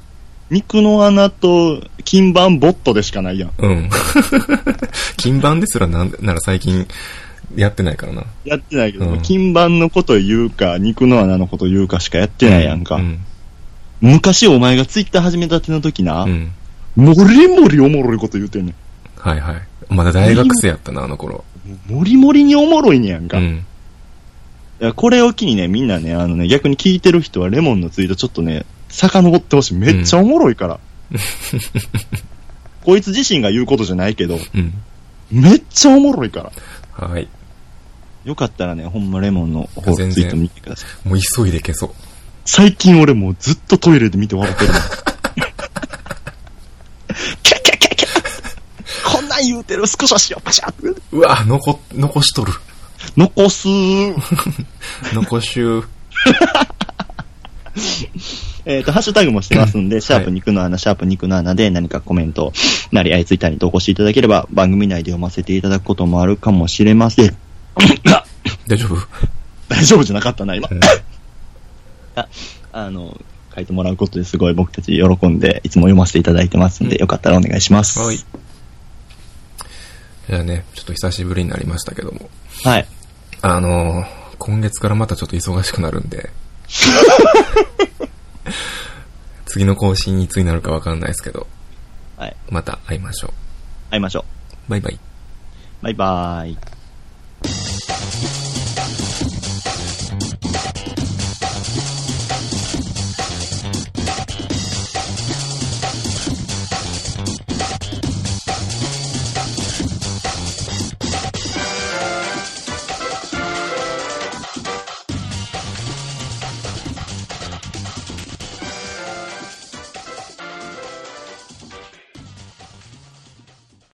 [SPEAKER 2] 肉の穴と金板ボットでしかないやん。
[SPEAKER 1] うん。 [laughs] 金板ですらなん、なら最近、やってないからな。
[SPEAKER 2] やってないけど、
[SPEAKER 1] うん
[SPEAKER 2] 金板のこと言うか、肉の穴のこと言うかしかやってないやんか。
[SPEAKER 1] うん。
[SPEAKER 2] 昔お前がツイッター始めたての時な、
[SPEAKER 1] うん。
[SPEAKER 2] もりもりおもろいこと言うてんね
[SPEAKER 1] はいはい。まだ大学生やったな、あの頃。
[SPEAKER 2] ん。もりもりにおもろいねやん
[SPEAKER 1] う
[SPEAKER 2] か。い
[SPEAKER 1] ん。
[SPEAKER 2] やこれを機にね、みんなね、あのね、逆に聞いてる人はレモンのツイートちょっとね、遡ってほしい。めっちゃおもろいから。こいつ自身が言うことじゃないけど、
[SPEAKER 1] うん。
[SPEAKER 2] めっちゃおもろいから。
[SPEAKER 1] はい。
[SPEAKER 2] よかったらね、ほんまレモンの方ツイ
[SPEAKER 1] 全然
[SPEAKER 2] ート見てください。
[SPEAKER 1] もう急いで消そう。
[SPEAKER 2] 最近俺もうずっとトイレで見て笑 [laughs] ってるもん。キャッキャッキャッキャッこんなん言うてる、スクショしよう、パシャッ
[SPEAKER 1] うわ、残、残しとる。
[SPEAKER 2] 残 [laughs] す
[SPEAKER 1] 残しゅう。
[SPEAKER 2] えっと、ハッシュタグもしてますんで、シャープ
[SPEAKER 1] はい
[SPEAKER 2] 肉の穴、シャープ肉の穴で何かコメントなり、あいツイッターに投稿していただければ、番組内で読ませていただくこともあるかもしれません。
[SPEAKER 1] 大丈夫
[SPEAKER 2] 大丈夫じゃなかったな、今
[SPEAKER 1] う。ん
[SPEAKER 2] あの、書いてもらうことですごい僕たち喜んで、いつも読ませていただいてますんで、よかったらお願いします。
[SPEAKER 1] はい。じゃあね、ちょっと久しぶりになりましたけども。
[SPEAKER 2] はい。
[SPEAKER 1] あのー、今月からまたちょっと忙しくなるんで。次の更新いつになるかわかんないですけど。
[SPEAKER 2] はい。
[SPEAKER 1] また会いましょう。
[SPEAKER 2] 会いましょう。
[SPEAKER 1] バイバイ。
[SPEAKER 2] バイバーイ。